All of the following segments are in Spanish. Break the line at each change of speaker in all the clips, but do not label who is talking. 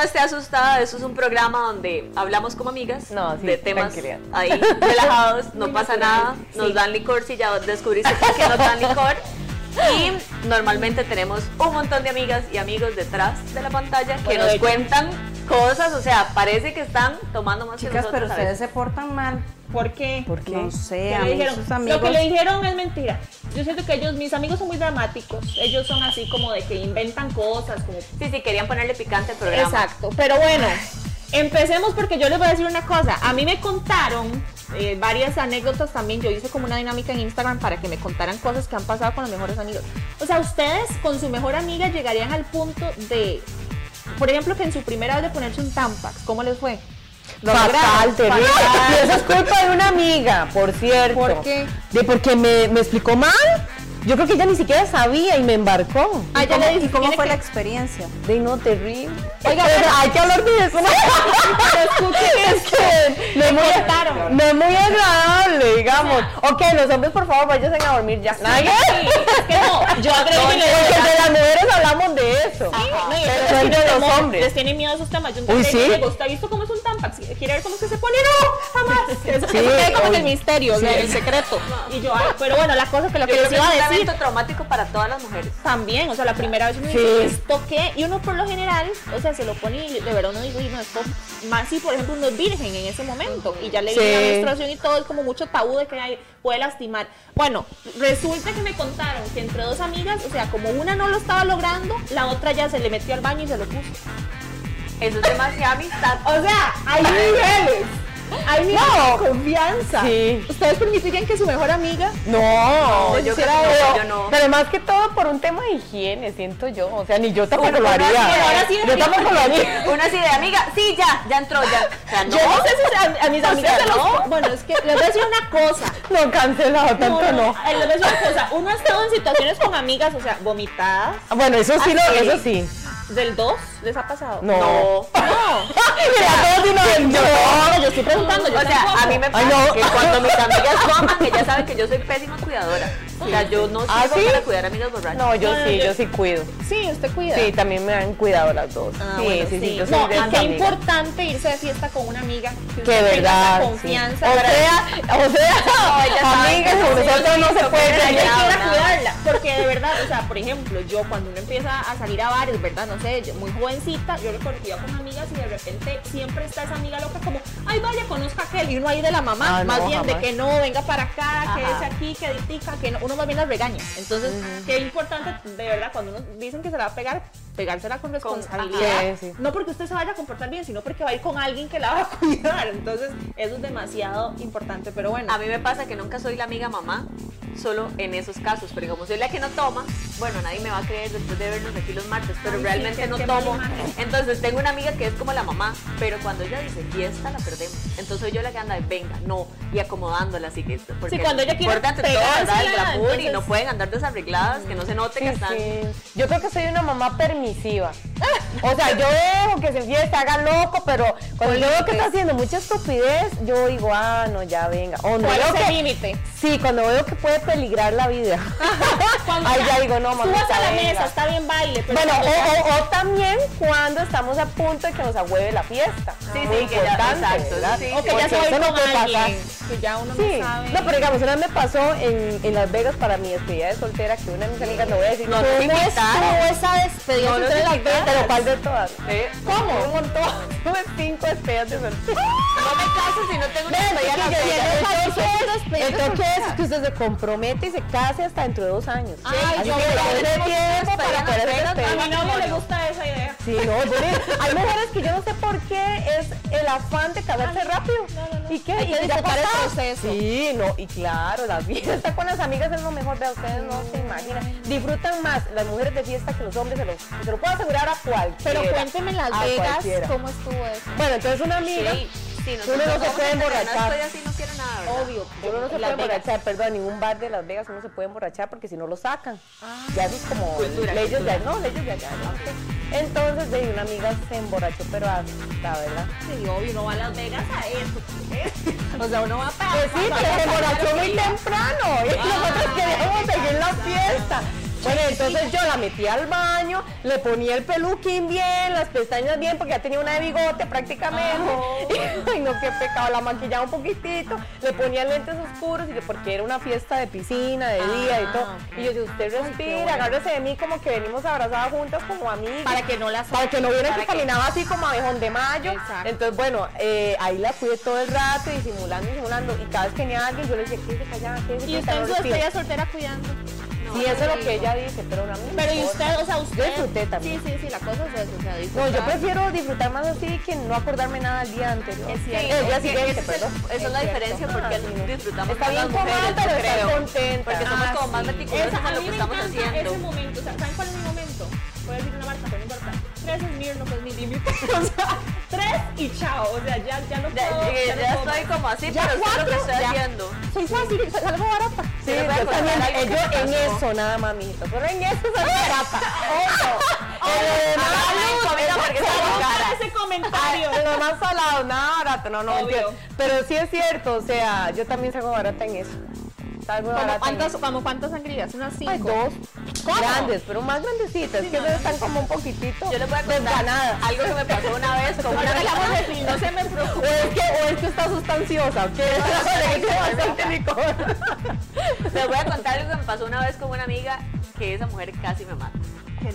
asustada. Eso es un programa donde hablamos como amigas
No, sí,
de temas
tranquilidad.
ahí relajados, no
Muy
pasa
natural,
nada. Nos
sí.
dan licor si ya descubriste por qué nos dan licor. Y normalmente tenemos un montón de amigas y amigos detrás de la pantalla que
Bueno,
nos
de hecho.
cuentan cosas. O sea, parece que están tomando más
Chicas,
que
pero
nosotros. a
ustedes
veces.
se portan mal.
¿Por qué?
¿Por qué? No sé,
¿Qué
a
le
mí
dijeron?
sus amigos.
Lo que le dijeron es mentira. Yo siento que ellos, mis amigos son muy dramáticos. Ellos son así como de que inventan cosas, como
Sí, sí, querían ponerle picante al programa.
Exacto, pero bueno, empecemos porque yo les voy a decir una cosa. A mí me contaron eh, varias anécdotas también. Yo hice como una dinámica en Instagram para que me contaran cosas que han pasado con los mejores amigos. O sea, ustedes con su mejor amiga llegarían al punto de, por ejemplo, que en su primera vez de ponerse un Tampax, ¿cómo les fue? ¿Lo
Fatal,
lograron?
terrible.
Fatal.
Y eso es culpa de una amiga, por cierto.
¿Por qué?
De porque me, me explicó mal. Yo creo que ella ni siquiera sabía y me embarcó.
Ah, ya le dije, tiene que-
experiencia? De no terrible.
Oiga,
Pero
pero-
hay que hablar de eso. es que no es, muy,
contaron.
no es muy agradable, digamos. Ok, los hombres, por favor, váyanse a dormir ya.
Sí, es que no, yo agregué
Porque
que le-
de las mujeres hablamos de eso.
Ajá. No, y
Pero
entonces
no el de
tienen
los
temor,
hombres.
Les tienen miedo a esos temas. Yo
Uy,
entonces
sí.
le digo, ¿usted ha visto cómo es un tampax? ¿Quiere ver cómo es que se pone? No, jamás. Eso
Sí,
eso queda como
uy.
que el misterio, o sea, el secreto. Y yo, ay, pero bueno, la cosa que lo
Yo
que
creo
les
que es
iba
un
a decir
evento traumático para todas las mujeres.
también, o sea, la primera vez uno
Sí.
dice, ¿esto qué? Y uno por lo general, o sea, se lo pone y de verdad uno dice, "Uy, no, esto, más si por ejemplo uno es virgen en ese momento y ya le
Sí.
viene la menstruación y todo, es como mucho tabú de que ay, puede lastimar. Bueno, resulta que me contaron que entre dos amigas, o sea, como una no lo estaba logrando, la otra ya se le metió al baño y se lo puso.
Eso es demasiada amistad.
O sea, hay niveles. Hay niveles de confianza.
Sí.
¿Ustedes permitirían que su mejor amiga?
No,
No, yo
quisiera
creo que no,
eso.
yo no.
Pero más que todo por un tema de higiene, siento yo. O sea, ni yo tampoco
Bueno,
lo
pero
haría.
ahora sí, ahora sí
yo
debería
tampoco lo haría.
Una así de amiga, sí, ya, ya entró, ya. O sea, no.
Yo no sé si a, a mis
O
amigas
sea,
se los-
no.
Bueno, es que les voy a decir una cosa.
No, cancelado, tanto no.
eh, Les voy a decir una cosa. Uno ha estado en situaciones con amigas, o sea, vomitadas.
Bueno, eso sí, lo,
Ah, sí.
eso sí.
¿Del 2 les ha pasado?
No.
No. no.
Mira, todos de una vez, no.
Yo estoy preguntando. Yo
o sea,
tampoco.
a mí me pasa
Ay, no.
que cuando mis amigas toman, que ya saben que yo soy pésima cuidadora. O sea, yo no sirvo
¿Ah, sí?
para cuidar amigas borrachas.
No, yo
No, no,
sí,
yo-
yo sí cuido.
Sí, usted cuida.
Sí, también me han cuidado las dos.
Ah,
sí,
bueno,
sí, sí, yo soy
No,
de
qué
esas amigas.
importante irse de fiesta con una amiga. Que
Que
usted tenga esa
verdad. sí.
Confianza.
O
para-
sea, o sea, amigas,
saben,
nosotros no se
que
puede
me
Hay que ir
engañar.
engañado,
a
nada.
cuidarla, porque de verdad, o sea, por ejemplo, yo cuando uno empieza a salir a bares, ¿verdad? No sé, yo muy jovencita, yo recuerdo que iba con amigas y de repente siempre está esa amiga loca como, ay, vaya, conozca a aquel, y uno ahí de la mamá,
Ah, no,
más bien de
jamás.
que no, venga para acá,
Ajá.
quédese aquí, que ditica, que no, uno más bien las regaña. Entonces,
Mm.
qué importante, de verdad, cuando uno dicen que se la va a pegar, pegársela con responsabilidad.
Sí, sí.
No porque usted se vaya a comportar bien, sino porque va a ir con alguien que la va a cuidar. Entonces, eso es demasiado importante, pero bueno.
A mí me pasa que nunca soy la amiga mamá, solo en esos casos. Pero como soy la que no toma, bueno, nadie me va a creer después de vernos aquí los martes, pero
Ay, sí,
realmente
qué-
no
qué mala
tomo.
imagen.
Entonces tengo una amiga que es como la mamá, pero cuando ella dice fiesta, la perdemos. Entonces soy yo la que anda de venga, no, y acomodándola así que esto. Porque
Sí, cuando ella quiere
importante todo,
pegársela,
¿verdad? El glamour y
entonces-
no pueden andar desarregladas, que no se note que
Sí,
están.
sí. Yo creo que soy una mamá permisiva. O sea, yo dejo que se fiesta, haga loco, pero cuando yo veo que está haciendo mucha estupidez, yo digo, ah, no, ya venga. O no
¿Cuál
veo
es el
que-
límite?
Sí, cuando veo que puede peligrar la vida.
Cuando
Ahí
ya
ya digo, no, mamá.
Subas a la mesa, está bien baile, pero
Bueno,
cuando ya-
o, o- o también cuando estamos a punto de que nos agüeve la fiesta.
Sí,
Muy
sí, que ya-
importante,
exacto,
¿verdad?
sí,
o que ya
Porque
se va a ir
eso no
con
puede pasar.
alguien, que ya uno
Sí,
no sabe.
no, pero digamos, una vez me pasó en, en Las Vegas para mi despedida de soltera, que una de mis amigas, no voy a decir
No,
cómo
te invitaron.
estuvo esa despedida
No
de
nos
soltera en Las Vegas,
invitaron.
pero ¿cuál de todas?
¿Eh?
¿Cómo? Un montón, tuve cinco despedidas de soltera.
No me cases si no tengo una
Bueno,
despedida en
ya
Las
la sé,
Vegas.
ya sé. El toque es que usted se compromete y se case hasta dentro de dos años.
Ay,
Así
yo
que
me
dale
parece que
tiempo para
despedida en Las
poder
Vegas,
despedir.
a mi novio le
matrimonio.
gusta esa idea.
Sí, no, yo le- hay mujeres que yo no sé por qué es el afán de casarse
Ah, no.
rápido.
No, no, no.
¿Y qué?
Hay
¿Y
que
ya
disfrutar el
pasó?
proceso.
Sí, no, y claro, la fiesta con las amigas es lo mejor, vea, ustedes no se imaginan. Disfrutan más las mujeres de fiesta que los hombres, se lo, se lo puedo asegurar a cualquiera.
Pero cuénteme en Las
A
Vegas
cualquiera.
cómo estuvo eso.
Bueno, entonces una amiga,
Sí, sí,
uno no se
vamos
puede
a tener, No
emborrachar.
estoy así, no quiero nada. ¿verdad?
Obvio,
uno no se puede
Las Vegas.
emborrachar, perdón, en ningún bar de Las Vegas uno se puede emborrachar porque si no lo sacan.
Ah.
Ya eso es como
Cultura,
leyes de
cultura.
allá, no, leyes de allá. ¿no? Entonces, de ahí una amiga se emborrachó, pero hasta, ¿verdad?
Sí, obvio, uno va a Las Vegas a eso. ¿eh? O sea, uno va para...
Pues sí,
para-
pero se
para-
emborrachó
para-
muy
Ah,
temprano y nosotros queríamos seguir la fiesta. Bueno, entonces yo la metí al baño, le ponía el peluquín bien, las pestañas bien, porque ya tenía una de bigote prácticamente.
Ah,
Ay, no, qué pecado, la maquillaba un poquitito, le ponía lentes oscuros, y que porque era una fiesta de piscina, de día y
Ah,
todo.
ok.
Y yo, si usted respira,
bueno.
agárrese de mí como que venimos abrazadas juntas como amigas.
Para que no la
Para que no viera
para
que,
que-
caminaba así como abejón de mayo.
Exacto.
Entonces, bueno, eh, ahí la cuidé todo el rato y simulando y simulando. Y cada vez que venía alguien, yo le decía, quédese callada, quédese
Y
quieta,
usted
no
en su
respire".
despedida soltera cuidando.
Sí, eso es lo que ella dice, pero a mí no me
Pero y
importa.
usted, o sea, usted.
Yo disfruté también.
Sí, sí, sí, la cosa es eso. O sea,
No,
disfrutar.
yo prefiero disfrutar más así que no acordarme nada el día anterior.
Es
El
cierto,
día
es que
siguiente,
ese es el-
perdón.
Esa es, la diferencia porque disfrutamos
Está
más
bien
las mujeres,
tomada, pero
yo
está
creo,
contenta.
Porque somos
Ah,
como más
sí.
meticulosos
Esa, a
en lo
mí
que
me
estamos
encanta
haciendo.
ese momento. O sea, ¿saben cuál es mi momento? Voy a decir una marca, pero no importa. Tres es mío, no es mi límite. O sea, tres y chao. O sea, ya, ya no puedo.
Ya, llegué,
no
ya
puedo
estoy
más.
como así,
Ya
pero sé lo que
cuatro,
estoy
ya.
haciendo.
Soy fácil, soy algo barata.
Yo
Sí,
les voy a
yo
contar
también,
algo que
eh, yo
me
en
pasó.
eso nada más, mijito. Solo en eso soy barata. Eh, Eso. En lo demás,
Hablando de comida porque estamos
Nunca
caras.
ese
Ay,
comentario.
en lo más salado, nada barato, no, no,
Obvio.
mentira. Pero sí es cierto, o sea, yo también salgo barata en eso. Salgo
¿Como
barata en
cuántas, como cuántas sangrías? Unas cinco.
Ay, Pues dos
¿Cómo?
grandes, pero más grandecitas,
Sí,
que
no,
esas
no,
están como un poquitito
Yo les voy a
desganadas.
contar algo que me pasó una vez con una
Ahora la vamos a decir,
amiga.
no se me
O
preocupe.
es que, o es que está sustanciosa, ¿o qué? Le queda bastante licor.
Les voy a contar algo que me pasó una vez con una amiga que esa mujer casi me mata.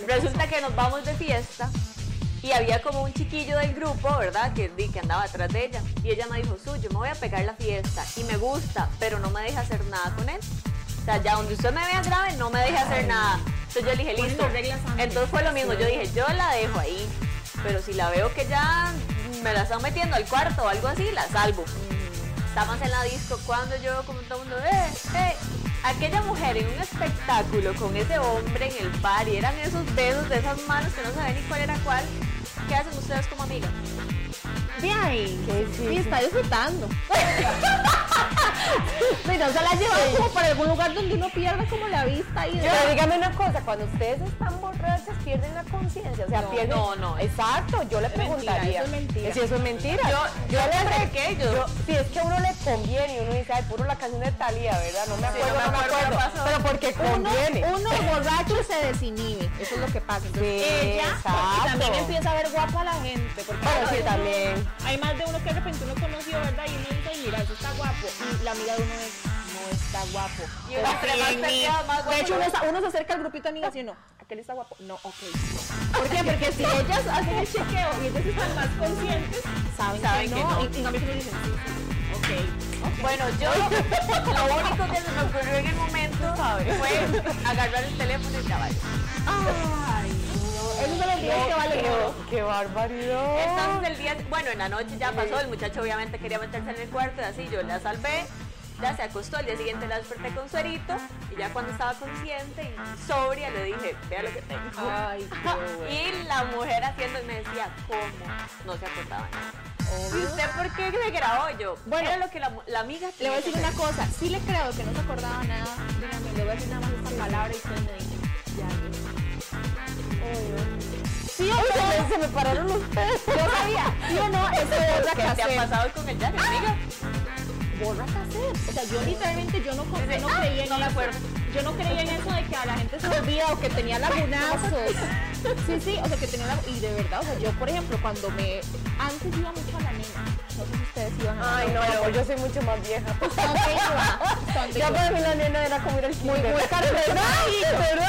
Resulta que nos vamos de fiesta y había como un chiquillo del grupo, ¿verdad? Que, di- que andaba atrás de ella. Y ella me dijo, Su, yo me voy a pegar la fiesta y me gusta, pero no me deja hacer nada con él. O sea, ya donde usted me vea grave, no me deje hacer nada. Entonces yo le dije,
Ponen
listo.
las reglas antes.
Entonces fue lo mismo, yo dije, yo la dejo ahí, pero si la veo que ya me la están metiendo al cuarto o algo así, la salvo. Estamos en la disco cuando yo como todo el mundo, eh, eh, aquella mujer en un espectáculo con ese hombre en el bar y eran esos dedos de esas manos que no sabían ni cuál era cuál. ¿Qué hacen ustedes como amigas?
De ahí.
Qué difícil.
Sí, está disfrutando. Pero, o sea, la lleva como para algún lugar donde uno pierda como la vista y
Pero dígame una cosa, cuando ustedes están borrachas, pierden la conciencia, o sea,
No,
pierden...
no, no.
Exacto, yo le preguntaría.
eso es mentira.
Si eso es mentira.
Yo- yo
le
siempre
re-
que yo-
Si es que a uno le conviene y uno dice, ay, puro la canción de Talía, ¿verdad? No me
Sí,
acuerdo,
no me
no me
acuerdo,
acuerdo.
pero pasó.
Pero porque
uno,
conviene.
uno borracho se desinhibe. Eso es lo que pasa. Entonces,
Sí,
ella
exacto.
y también empieza a ver guapa a la gente. Porque
Bueno,
hay
sí,
uno-
también.
Hay más de uno que de repente uno conoció, ¿verdad? Y uno dice, mira, eso está guapo. Y la amiga de uno es, no está guapo.
Y uno entre más
Confía en mí.
peleado, más guapo
De hecho,
lo
uno,
es.
se- uno se acerca al grupito de amigas y uno, aquel está guapo. No, ok. no. ¿Por qué? Porque si ellas hacen el chequeo y ellas están más conscientes, saben,
Saben
que,
que
no.
no.
Y, y en cambio uno dice, sí, sí, ok. ok.
Bueno, yo lo único que se me ocurrió en el momento fue agarrar el teléfono y caballo.
Esos son los días que valen oro.
qué, qué barbaridad.
Oh.
Entonces el día, bueno, en la noche ya pasó, el muchacho obviamente quería meterse en el cuarto y así yo la salvé, ya se acostó, al día siguiente la desperté con suerito y ya cuando estaba consciente y sobria le dije, vea lo que tengo.
Ay, qué bueno.
Y la mujer haciendo y me decía, ¿cómo? No se acordaba nada. ¿Y usted por qué se grabó Y yo?
Bueno,
Bueno, era lo que la, mu- la amiga
Le voy a
tenía que
decir una
hacer.
cosa, sí le creo que no se acordaba nada, dígame, le voy a decir nada más esta palabra y ustedes me dicen, ya.
Sí, o sea, se me pararon los pedos.
Yo sabía, sí o no, eso es la
¿Qué te ha
cassette.
pasado con el Jack, amiga?
borra cassette. O sea, yo literalmente yo no, con- yo no
"Ah,
creía en
no me
eso.
acuerdo".
Yo no creía en eso de que a la gente se olvida o que tenía lagunazos. Sí, sí, o sea, que tenía lagunazos. Y de verdad, o sea, yo, por ejemplo, cuando me... Antes iba mucho a la nena. No sé si ustedes iban a la
Ay, no, amor, yo soy mucho más vieja.
nena. ¿Dónde iba? ¿Dónde
Ya
iba?
para mí la nena era como ir al kinder.
muy
¿Verdad? ¿Verdad?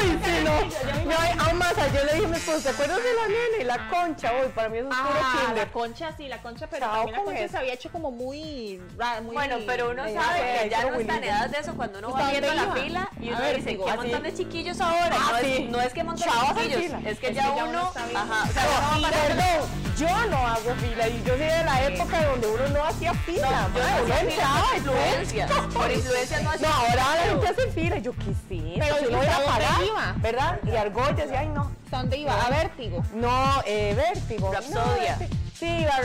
Uy, sí,
Yo me
no. No, aún más, yo le dije a mi esposo, ¿te acuerdas de la nena y la concha? Uy, para mí eso es puro
Ah,
kinder.
la concha, sí, la concha, pero
Chao
también la
con
concha
eso.
se había hecho como muy... ra- muy
Bueno, pero uno
eh,
sabe
sé,
que ya
creo
no está en
Willy.
edad de eso cuando uno va
¿Dónde
viendo la
iba?
fila y
A
uno
ver,
dice
digo,
que un
así.
montón de chiquillos ahora.
Ah,
no, es,
sí.
no es que montón
Chavos en
de chiquillos,
fila.
es que ya uno,
está viendo.
ajá, o sea,
Pero,
uno va más grande.
perdón, yo no hago fila y yo soy de la época donde uno no hacía fila.
yo
madre,
no
uno
hacía fila
entraba
por
y todo.
influencias, por influencias no hacía
No, ahora la
fila,
gente
pero-
hace fila y yo quisí.
Pero
si
¿y
no voy a
dónde
parar,
iba?
¿verdad? Y Argolla decía, ay no.
¿Dónde iba? A vértigo.
No, eh, vértigo.
Rapsodia.
No, sí,
Ah, yo
la
iba a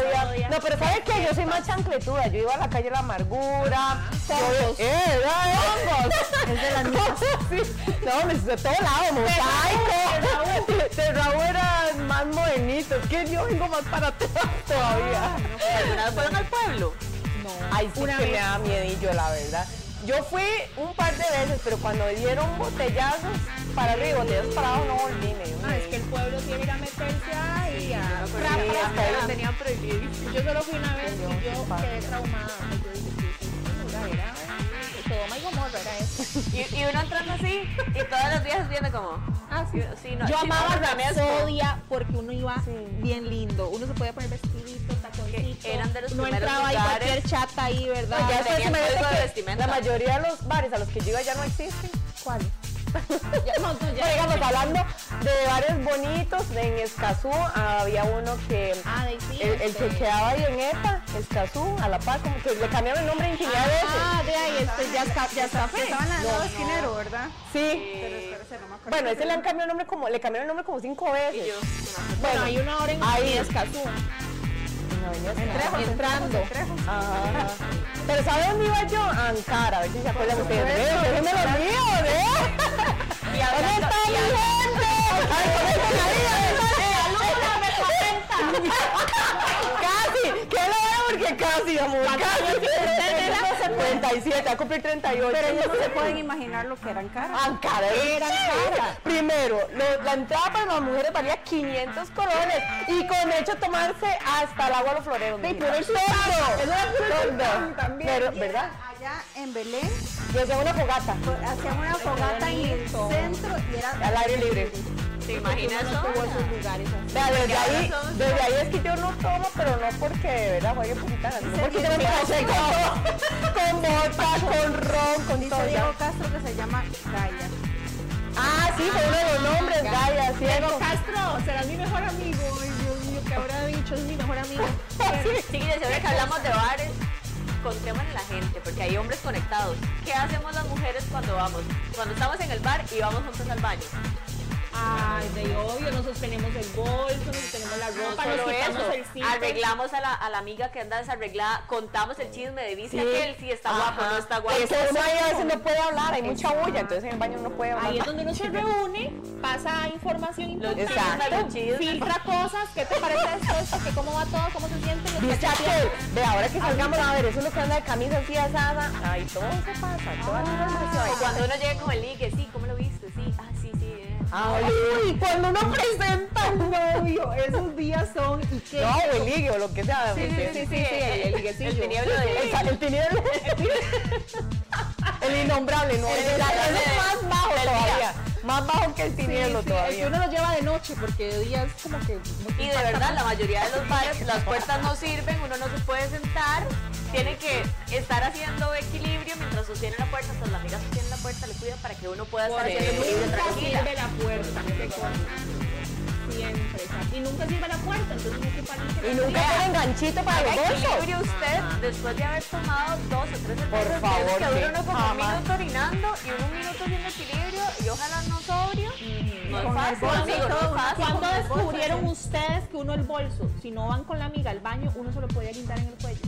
Rapsodia.
Rapsodia.
No, pero ¿sabes qué? Yo soy más chancletuda. Yo iba a la calle La Amargura. Yo, eh, era de Es de las sí. No, me de todo lado, mosaico. De Raúl era más modernito. Es que yo vengo más para atrás todavía.
Ah,
¿Alguna vez fueron al pueblo?
No.
Ay, sí
Una
que
vez.
me da miedillo, la verdad. Yo fui un par de veces, pero cuando dieron botellazos para arriba y botellazos para abajo no volví. me dio
No, es que el pueblo quiere ir a meterse ahí. a-
Porque
Tra-
sí,
a
tra-
mí
hasta
me
ahí.
lo tenían prohibido.
Yo solo fui una vez y yo
padre.
quedé traumada. Yo dije, "Sí, sí, sí, era- era- Sodoma y Gomorra era eso.
Y, y uno entrando así y todos los días viendo como.
Ah, sí.
y uno- sí, no,
Yo
sí, no,
amaba
no, no, es como-
Rapsodia porque uno iba
Sí.
bien lindo. Uno se podía poner vestidito, taconcito.
Que eran de los
no
primeros
entraba ahí
lugares.
cualquier chata ahí, ¿verdad?
No,
Ya
Tenían
después imagínate
código de
que
vestimenta.
La mayoría de los bares a los que yo iba ya no existen.
¿Cuál? Ya, no, no, ya.
Pero digamos, hablando de bares bonitos, en Escazú había uno que
Ah, de sí,
el, el que
este.
quedaba ahí en ETA, Escazú, a la paz, como que le cambiaron el nombre infinidad de veces.
Ah, de ahí, este, ya está, ya está.
Que estaban al lado del esquinero, ¿verdad?
Sí.
Pero
Eh,
espérese, no me acuerdo.
Bueno, ese le han cambiado el nombre como, le cambiaron el nombre como cinco
Y
veces.
yo, no,
Bueno, hay una hora en
Ahí.
Avenida Escazú.
En Avenida Escazú.
Trejos,
entrando.
en Trejos, en Trejos.
Ah. Pero ¿sabe dónde iba yo? A Ankara, a ver si se acuerdan ustedes. ¿Ves? Yo me lo mío, ¿eh?
Y hablando-
está mi gente? ¡Ay, comienza la vida! ¡Eh, alumna, me ¡Casi! ¡Qué lo veo porque casi, amor! ¡Casi! 37, va a cumplir 38.
Pero ellos no se pueden imaginar lo que eran caras.
Ankara, era Ankara. Primero, lo- la entrada para las mujeres valía 500 colones y con hecho tomarse hasta el agua a los floreros. Sí, puro el
También.
Ah,
Pero, ¿verdad?
Allá en Belén
Y hacía una fogata
pues, hacían una fogata en el centro y
al
era
aire libre.
¿Te imaginas eso?
Tuvo esos lugares así.
Vea, desde
ahora
ahí,
somos
desde ahí es que yo no tomo, pero no porque, ¿verdad? Voy a putar, no porque yo me pasé con, con vodka, con ron, con
dice
todo.
Diego
ya.
Castro que se llama Gaia.
Ah, sí, fue uno de los nombres, Gaia,
Diego
cierto.
Castro, serás mi mejor amigo. Ay, Dios mío, que habrá dicho, es mi mejor amigo.
Chiquillas, y ahora que hablamos de bares, contémosle a la gente, porque hay hombres conectados. ¿Qué hacemos las mujeres cuando vamos? Cuando estamos en el bar y vamos juntos al baño.
Ay, de obvio, nos sostenemos el bolso, nos sostenemos la ropa,
Solo
nos quitamos
eso,
el cinto.
arreglamos a la, a la amiga que anda desarreglada, contamos el chisme de viste
Sí.
que él sí está guapo, no está guapo.
Es que uno ahí a veces no puede hablar, hay mucha bulla, entonces en el baño no puede hablar.
Ahí es donde uno se reúne, pasa información
Los
importante,
chismes,
Exacto.
los chismes.
filtra cosas, qué te parece esto, esto, que cómo va todo, cómo se siente, los
Dice aquel, ve, ahora que salgamos a ver, es uno que anda de camisa así asada. Ay, todo se pasa, toda la
O
información.
cuando uno llega con el ligue, sí, ¿cómo lo viste? Sí, ah, sí, sí. eh.
Ay, cuando uno presenta al novio,
esos días son y qué.
No, o el ligue o lo que sea.
Sí, sí,
porque-
sí, sí, el liguecillo. El tinieblo de
El, sal- el tinieblo. el innombrable, no. El,
innombrable
es
de-
más bajo todavía. Más bajo que el tinieblo
el que
todavía.
uno lo lleva de noche porque de día es como que
Y de verdad, la mayoría de los bares, las puertas no sirven, uno no se puede sentar, tiene que estar haciendo equilibrio mientras sostiene la puerta, hasta la amiga sostiene la puerta, le cuida para que uno pueda estar haciendo equilibrio
nunca
tranquila.
sirve la puerta qué cosa. siempre exacto. y nunca sirve la puerta entonces no ocupa ni que
Y
la
nunca
Vea.
tienen ganchito para los
Haga
bolsos.
equilibrio usted después de haber tomado dos o tres cervezas
favor,
de esas que
sí.
dura uno como un
Jamás.
minuto orinando y uno un minuto haciendo equilibrio y ojalá no sobrio. No es
Con el
fácil,
bolso y
amigo,
todo,
no es
uno
fácil.
¿Cuándo
con el bolso,
descubrieron ustedes que uno el bolso, si no van con la amiga al baño, uno se lo podía guindar en el cuello?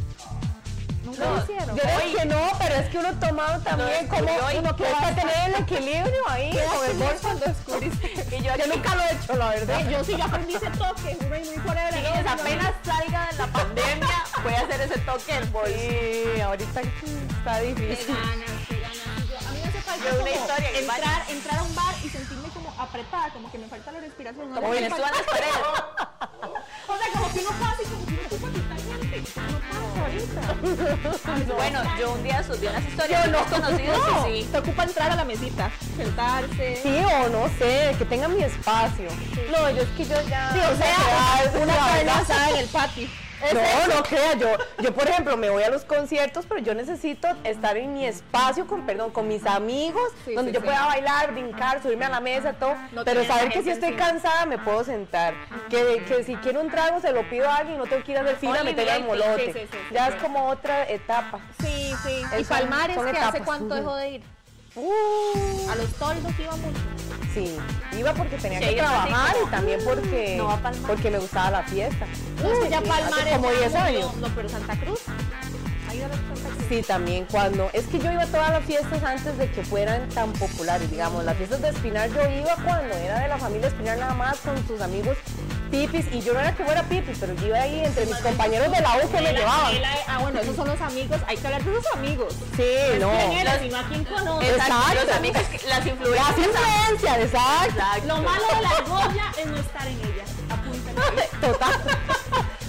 Nunca lo hicieron.
Yo creo que no, pero es que uno tomado también como
descubrió y
uno que va a tener el equilibrio ahí con el bolso descubriste.
Y yo
Yo
aquí,
nunca lo he hecho, la verdad.
Yo sí, yo aprendí ese toque, uno ahí muy fuera de la
chiquillos,
norma,
Pues apenas salga de la pandemia, voy a hacer ese toque del bolso.
Sí, ahorita está
Qué
difícil.
ganas, qué ganas. Yo- A mí me hace falta
Yo una
como
historia en el baño.
entrar, entrar a un bar y sentirme como apretada, como que me falta la respiración. no me
Oye,
falta-
suban las paredes.
O sea, como que no pasa y como que no ocupa quitar gente. No pasa ahorita.
Bueno, yo un día subí unas historias de unos conocidos
No,
y sí.
te ocupa entrar a la mesita, sentarse.
Sí, o no sé, que tenga mi espacio.
No, yo es que yo ya...
Sí, o sea,
una
la
carne
verdad.
asada en el patio.
No, no crea, yo, yo por ejemplo me voy a los conciertos, pero yo necesito estar en mi espacio con, perdón, con mis amigos,
Sí,
donde
sí,
yo
sí.
pueda bailar, brincar, subirme a la mesa, todo,
No
pero
tener la
saber que
gente
si estoy
encima.
cansada me puedo sentar, que, que si quiero un trago se lo pido a alguien, no tengo que ir a hacer fila a
Only
meterle al
VIP,
molote,
sí, sí, sí, sí,
ya es
sí.
como otra etapa.
Sí, sí.
Eh,
Y
son-
Palmares,
son
que
etapas.
hace cuánto dejó de ir.
Uh,
A los toldos iba mucho.
sí, iba porque tenía
Sí,
que
yo no sé
trabajar
cómo.
y también porque,
No va a Palmares.
porque me gustaba la fiesta.
No, es que ya
Sí, hace
Palmares.
como
ya
10
murió.
años.
No, pero Santa Cruz. Ha ido a los Santa Cruz.
Sí, también cuando. Es que yo iba a todas las fiestas antes de que fueran tan populares, digamos. Las fiestas de Espinar yo iba cuando era de la familia Espinar nada más con sus amigos pipis, y yo no era que fuera pipis, pero yo iba ahí entre mis compañeros de la U que me
Nela-
llevaban.
Nela, ah, bueno, esos son los amigos. Hay que hablar de esos amigos.
Sí, no.
Nela, si no, ¿a quién conoce?
Exacto,
Exacto.
Los amigos, que- las
Las
influencias.
influencias, exacto.
Exacto.
Lo malo de la Goya es no estar en ella. Apúntale.
Total.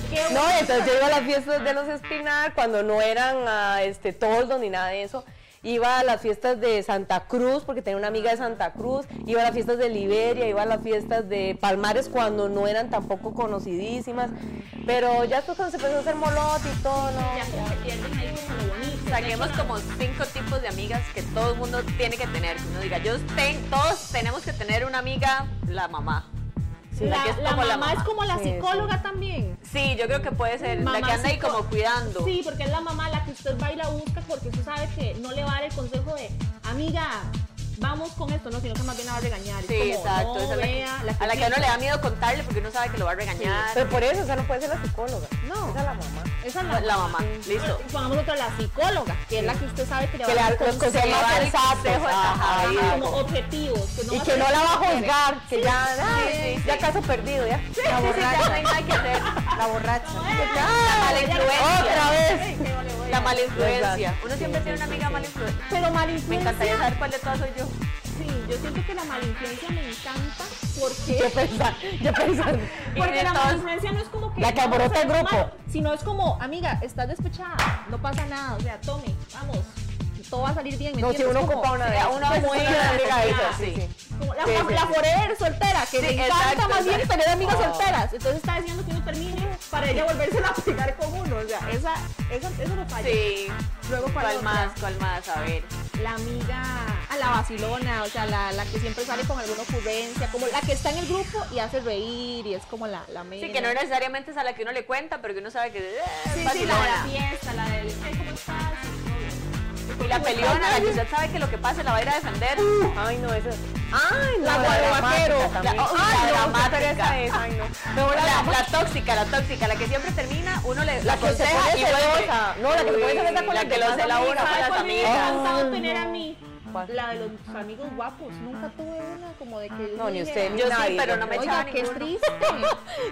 Qué
No, y entonces yo iba a las fiestas de los Espinar cuando no eran a, este toldo ni nada de eso. Iba a las fiestas de Santa Cruz porque tenía una amiga de Santa Cruz, iba a las fiestas de Liberia, iba a las fiestas de Palmares cuando no eran tampoco conocidísimas. Pero ya después cuando se empezó a hacer molote y todo, no.
Ya como que pierden ahí como lo bonito.
Saquemos como cinco tipos de amigas que todo el mundo tiene que tener. Que uno diga, yo ten- todos tenemos que tener una amiga, la mamá.
Sí,
la
la,
que es
la
como
mamá,
la
es
mamá.
como la
Sí,
psicóloga también.
Sí, yo creo que puede ser la
Mamá
que anda ahí
psico-
como cuidando.
Sí, porque es la mamá la que usted va y la busca porque usted sabe que no le va a dar el consejo de, amiga, vamos con esto, no, sino que más bien la va a regañar. Es
Sí,
como,
exacto.
no,
esa es la que-
vea, la
a la que a uno
critica.
le da miedo contarle porque uno sabe que lo va a regañar.
Pero por eso, o sea, no puede ser la psicóloga. No. Esa es la mamá.
Esa es la,
La mamá, listo.
Ahora, Pongamos otra, la psicóloga, que es la que usted sabe que le va
Que le
a
da
dar
los
un consejo,
consejos más
va a dar el
sensatos.
consejo,
ajá,
ajá,
ahí
ajá.
algo.
como objetivos. Que no
Y
va a
que
ser
no la va a
diferente.
juzgar, que ya, ay,
sí, sí.
ya caso perdido, ya.
La borracha. no hay nada que hacer.
La borracha.
La mala influencia.
Otra vez.
La mala influencia.
Exacto.
Uno siempre tiene una amiga mala influencia.
Pero
Me
malinfluencia,
encantaría saber cuál de todas soy yo.
sí, yo siento que la malinfluencia me encanta
Yo
porque...
pensaba, yo pensaba.
Porque
de
la
todas-
malinfluencia no es como que...
La que
vamos a
alborota el
tomar,
grupo.
Sino es como, amiga, estás despechada, no pasa nada, o sea, tome, vamos, todo va a salir bien, ¿me
No, si
entiendes?
uno
Como-
ocupa una de
sí, uno a veces
como
tiene
ella,
una
amiga de
amiga,
ella, sí,
sí.
sí.
Como la,
Sí,
la-
sí.
la forever soltera, que
Sí,
le encanta
exacto,
más bien
exacto.
tener amigas
Oh.
solteras. Entonces está diciendo que uno termine para ella volverse a pegar con uno. O sea, esa, esa, eso lo falla.
Sí.
Luego, ¿cuál
¿Cuál
otra?
más? ¿Cuál más? A ver.
La amiga, a la vacilona, o sea, la, la que siempre sale con alguna ocurrencia, como la que está en el grupo y hace reír y es como la, la mera.
Sí, que no necesariamente es a la que uno le cuenta, pero que uno sabe que eh,
Sí, sí, la de la
vacilona.
fiesta, la del, "Ay, ¿cómo estás? Sí, todo bien".
Y la peleona, la que usted sabe que lo que pase la va a ir a defender.
Ay, no, esa. Ay, no.
La
guaruvaquero.
La, oh,
Ay,
la
no, qué
dramática.
pereza es, ay, no.
La, la tóxica, la tóxica, la que siempre termina, uno le
La que se
aconseja
pone
y vuelve.
celosa. No, la que se pone
Uy,
celosa con
la
las
que
demás
lo cela
amigas.
uno con
¿Sabes
las
cuál me hubiera
amigas.
encantado tener a mí?
¿Cuál?
La de los amigos guapos. Nunca tuve una como de que.
No, ni
dijera,
usted, ni
Yo sí,
nadie,
pero
yo
no me
Oiga,
echaba
qué
ninguno.
triste.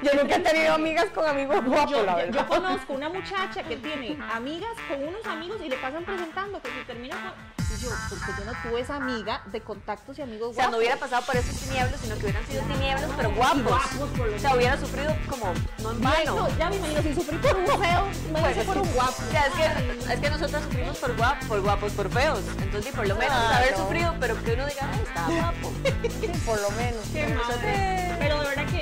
Yo nunca he tenido amigas con amigos guapos,
Yo,
la
yo- yo
verdad.
conozco una muchacha que tiene amigas con unos amigos y le pasan presentando que se termina con. Y yo, porque yo no tuve esa amiga de contactos y amigos
O sea,
guapos.
no hubiera pasado por esos tinieblos, sino que hubieran sido tinieblos, pero
Y
guapos.
guapos, por lo
O sea, hubiera sufrido como, no en
menos. Ay,
vano.
no, ya me imagino, si sufrí por un feo, me
Bueno,
hice por un guapo.
O sea, es que, es que nosotros sufrimos por, guap, por guapos, por feos. Entonces, y por lo menos
Claro.
haber sufrido, pero que uno diga, "Ay, está guapo.
Sí, por lo menos.
Qué madre. Pero de verdad que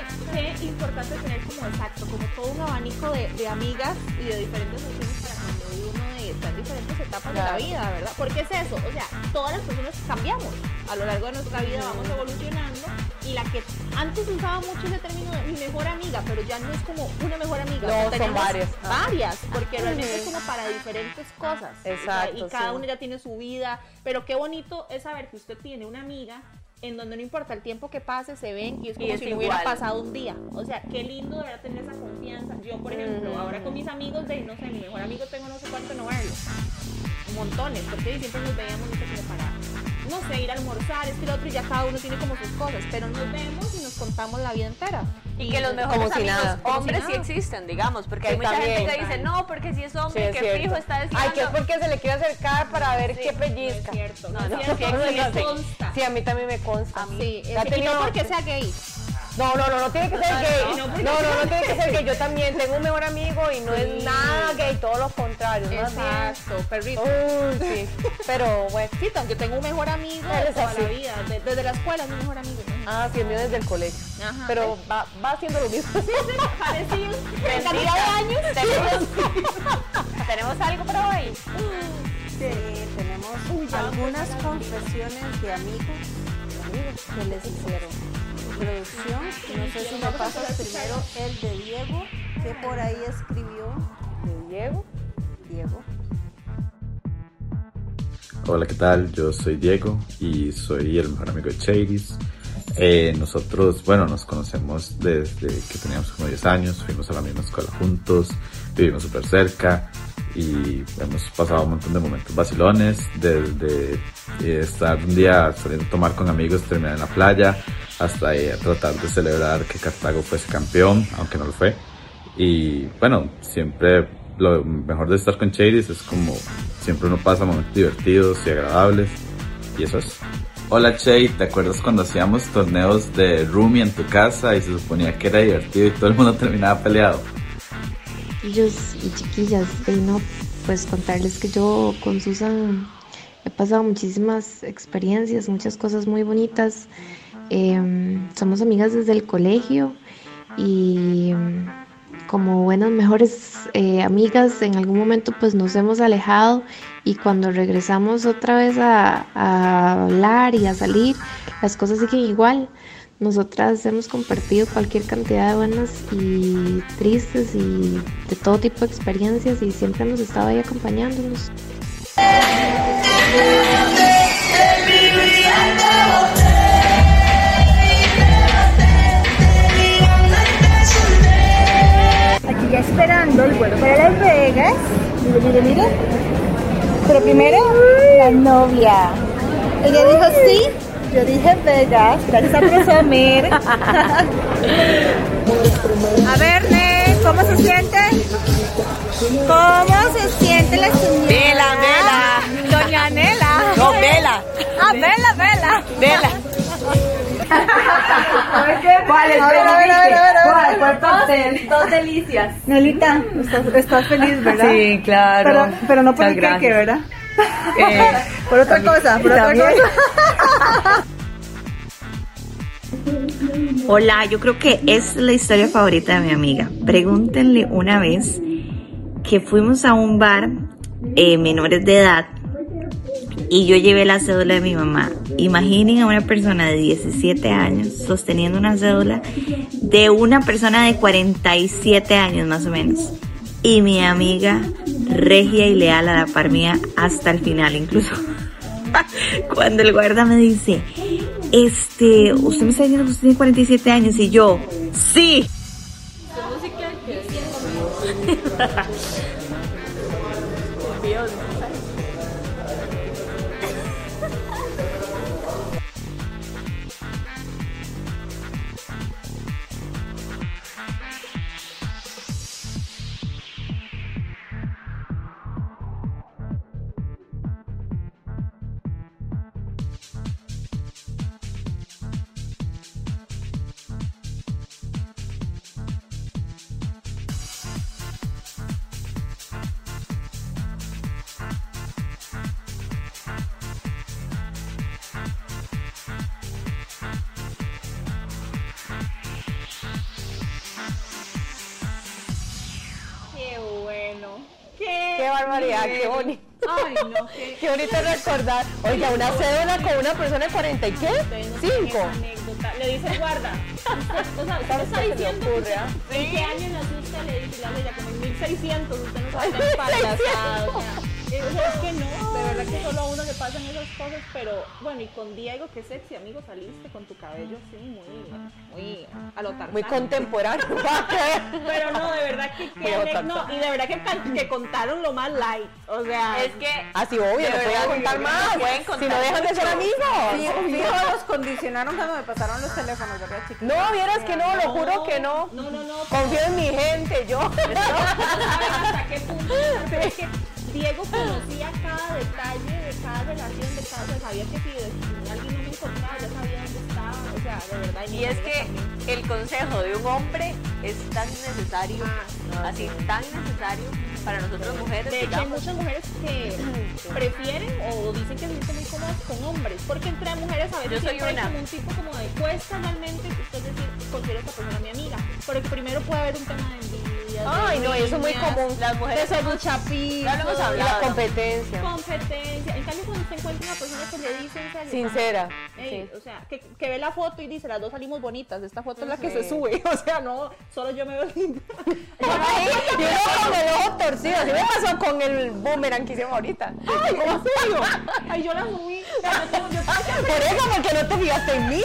qué importante tener como exacto, como todo un abanico de, de amigas y de diferentes opciones para cuando uno de tan diferentes etapas
Claro.
de la vida, ¿verdad? Porque es eso, o sea, todas las personas cambiamos a lo largo de nuestra vida, vamos evolucionando y la que antes usaba mucho ese término de mi mejor amiga, pero ya no es como una mejor amiga, o sea,
No, son
tenemos
varias. Ah.
varias, porque realmente es como para diferentes cosas. o sea,
Exacto,
y cada
sí.
uno ya tiene su vida, pero qué bonito es saber que usted tiene una amiga en donde no importa el tiempo que pase, se ven y es
Y
como
es
si no hubiera
igual.
pasado un día. O sea, qué lindo de verdad tener esa confianza. Yo, por ejemplo, ahora con mis amigos de, no sé, mi mejor amigo tengo no sé cuánto no verlo. Montones, porque siempre nos veíamos no sé, como para, no sé, ir a almorzar, este y lo otro, y ya cada uno tiene como sus cosas, pero nos vemos y nos contamos la vida entera.
Y que los mejores
mejores
Como si
amigos
nada.
Como si
hombres sí
nada.
existen, digamos, porque hay
Sí,
mucha gente
también.
que dice, no, porque si es
Sí,
hombre,
es
que
cierto.
fijo está diciendo.
Ay, que es porque se le quiere acercar para ver qué
No es
pellizca.
cierto, no,
No,
es
no,
cierto,
no,
y me
no, sí.
consta.
Sí, a mí también me consta.
Sí,
Ya
es que- y
tenía-
no porque sea gay.
No, no, no, no tiene que ser
No,
gay.
no,
No,
porque-
no, no, tiene que ser gay. Yo también tengo un mejor amigo y no es
Sí.
nada gay, todo lo contrario. más bien.
Exacto, perrito.
Uy, sí. Pero bueno.
Sí, aunque tengo un mejor amigo
Él
de
es
toda
así.
la vida, de- desde la escuela es mi mejor amigo. imagínate.
Ah, sí, el mío desde el colegio.
Ajá.
Pero va, va haciendo lo mismo.
Parecido, en
Bendita.
cantidad de años.
Tenemos, tenemos algo para hoy.
Eh, tenemos algunas confesiones de amigos, amigos que les hicieron. Producción, no sé si me pasas primero el de Diego, que por ahí escribió
¿De Diego?
Diego.
Hola, ¿qué tal? Yo soy Diego y soy el mejor amigo de Chadis. Eh, nosotros, bueno, nos conocemos desde que teníamos como 10 años, fuimos a la misma escuela juntos, vivimos súper cerca y hemos pasado un montón de momentos vacilones, desde eh, estar un día saliendo a tomar con amigos, terminar en la playa, hasta eh, tratar de celebrar que Cartago fuese campeón, aunque no lo fue. Y bueno, siempre lo mejor de estar con Cheiris es como siempre uno pasa momentos divertidos y agradables. Y eso es. Hola Che, ¿te acuerdas cuando hacíamos torneos de roomie en tu casa y se suponía que era divertido y todo el mundo terminaba peleado?
Chiquillos y chiquillas, de ahí no, pues contarles que yo con Susan he pasado muchísimas experiencias, muchas cosas muy bonitas. Eh, somos amigas desde el colegio y mm, como buenas, mejores eh, amigas, en algún momento pues nos hemos alejado y cuando regresamos otra vez a, a hablar y a salir, las cosas siguen igual. Nosotras hemos compartido cualquier cantidad de buenas y tristes y de todo tipo de experiencias y siempre hemos estado ahí acompañándonos.
Aquí ya esperando el vuelo para Las Vegas. Mire, mire, mire. Pero primero, la novia. Ella dijo sí, yo dije Vegas. Gracias a presumir. A ver, Ne, ¿cómo se siente? ¿Cómo se siente la señora?
Vela, vela.
Doña Nela.
No, vela.
Ah, vela, vela.
Vela.
¿Cuál es? A ver, a ver, a ver, a ver, a ver.
Dos delicias.
Nelita, estás, estás feliz, ¿verdad?
Sí, claro.
Pero, pero no por el
Muchas
que,
gracias.
¿verdad?
Eh,
Por otra cosa, por otra
también.
cosa.
Hola, yo creo que es la historia favorita de mi amiga. Pregúntenle una vez que fuimos a un bar eh, menores de edad y yo llevé la cédula de mi mamá. Imaginen a una persona de 17 años sosteniendo una cédula de una persona de 47 años más o menos. Y mi amiga regia y leal a la par mía hasta el final incluso. Cuando el guarda me dice, este, usted me está diciendo que usted tiene 47 años y yo, sí.
Qué bueno.
Qué barbaridad, qué bonito.
Ay, no, qué
Qué bonito recordar. Oiga, una cédula con una persona de 40 y qué? Cinco.
esa anécdota. Le dice guarda. Usted, o sea, usted está diciendo que
¿ah?
usted- en qué año nació usted, le dice la ella, como en 1600, usted no sabe tan para las o sea, es que no, de verdad que solo a uno le pasan esas cosas, pero bueno, y con Diego, qué sexy, amigo, saliste con tu cabello así muy, muy a lo
Muy
Tarzán.
contemporáneo. ¿va qué?
Pero no, de verdad que, que
Veo
anec-
Tarzán.
no, y de verdad que, tan- que contaron lo más light, o sea,
Es que
Así Ah, obvio,
De
no
verdad,
pueden contar
no
más.
pueden contar
si no dejan de ser
mucho.
amigos.
Fijo, los condicionaron cuando me pasaron los teléfonos, ¿verdad, chicos?
No, vieras que no, lo juro que no.
no, no, no,
Confío en mi gente, yo.
saben hasta qué punto, pero es que Diego conocía cada detalle de cada relación, de cada, o sea, sabía que si de- alguien no me encontraba, ya sabía dónde estaba, o sea, de verdad.
Y es que el consejo de un hombre es tan necesario,
Ah,
así tan necesario para nosotras mujeres.
De hecho, hay
digamos.
muchas mujeres que prefieren o dicen que se sienten muy cómodas con hombres, porque entre mujeres a
Yo
veces
soy
siempre hay
una.
como un tipo como de cuesta realmente usted decir, considero a esta persona mi amiga, porque primero puede haber un tema de envidia. de
Ay, no, eso es muy
riñas,
común.
Las mujeres
Eso-
ya lo hemos
La
hablado.
competencia.
competencia. En cambio, cuando se encuentra una persona que le dice en serio,
Sincera.
Ey,
sí.
O sea, que, que ve la foto y dice, las dos salimos bonitas, esta foto es la que se sube, o sea, no, solo yo me veo linda.
Ay, y uno con el ojo torcido. Así me pasó con el boomerang que hicimos ahorita. Ay, ¿cómo serio?
Ay, yo la subí, o sea, yo, tengo- yo tengo
Por eso, porque no te fijaste en mí.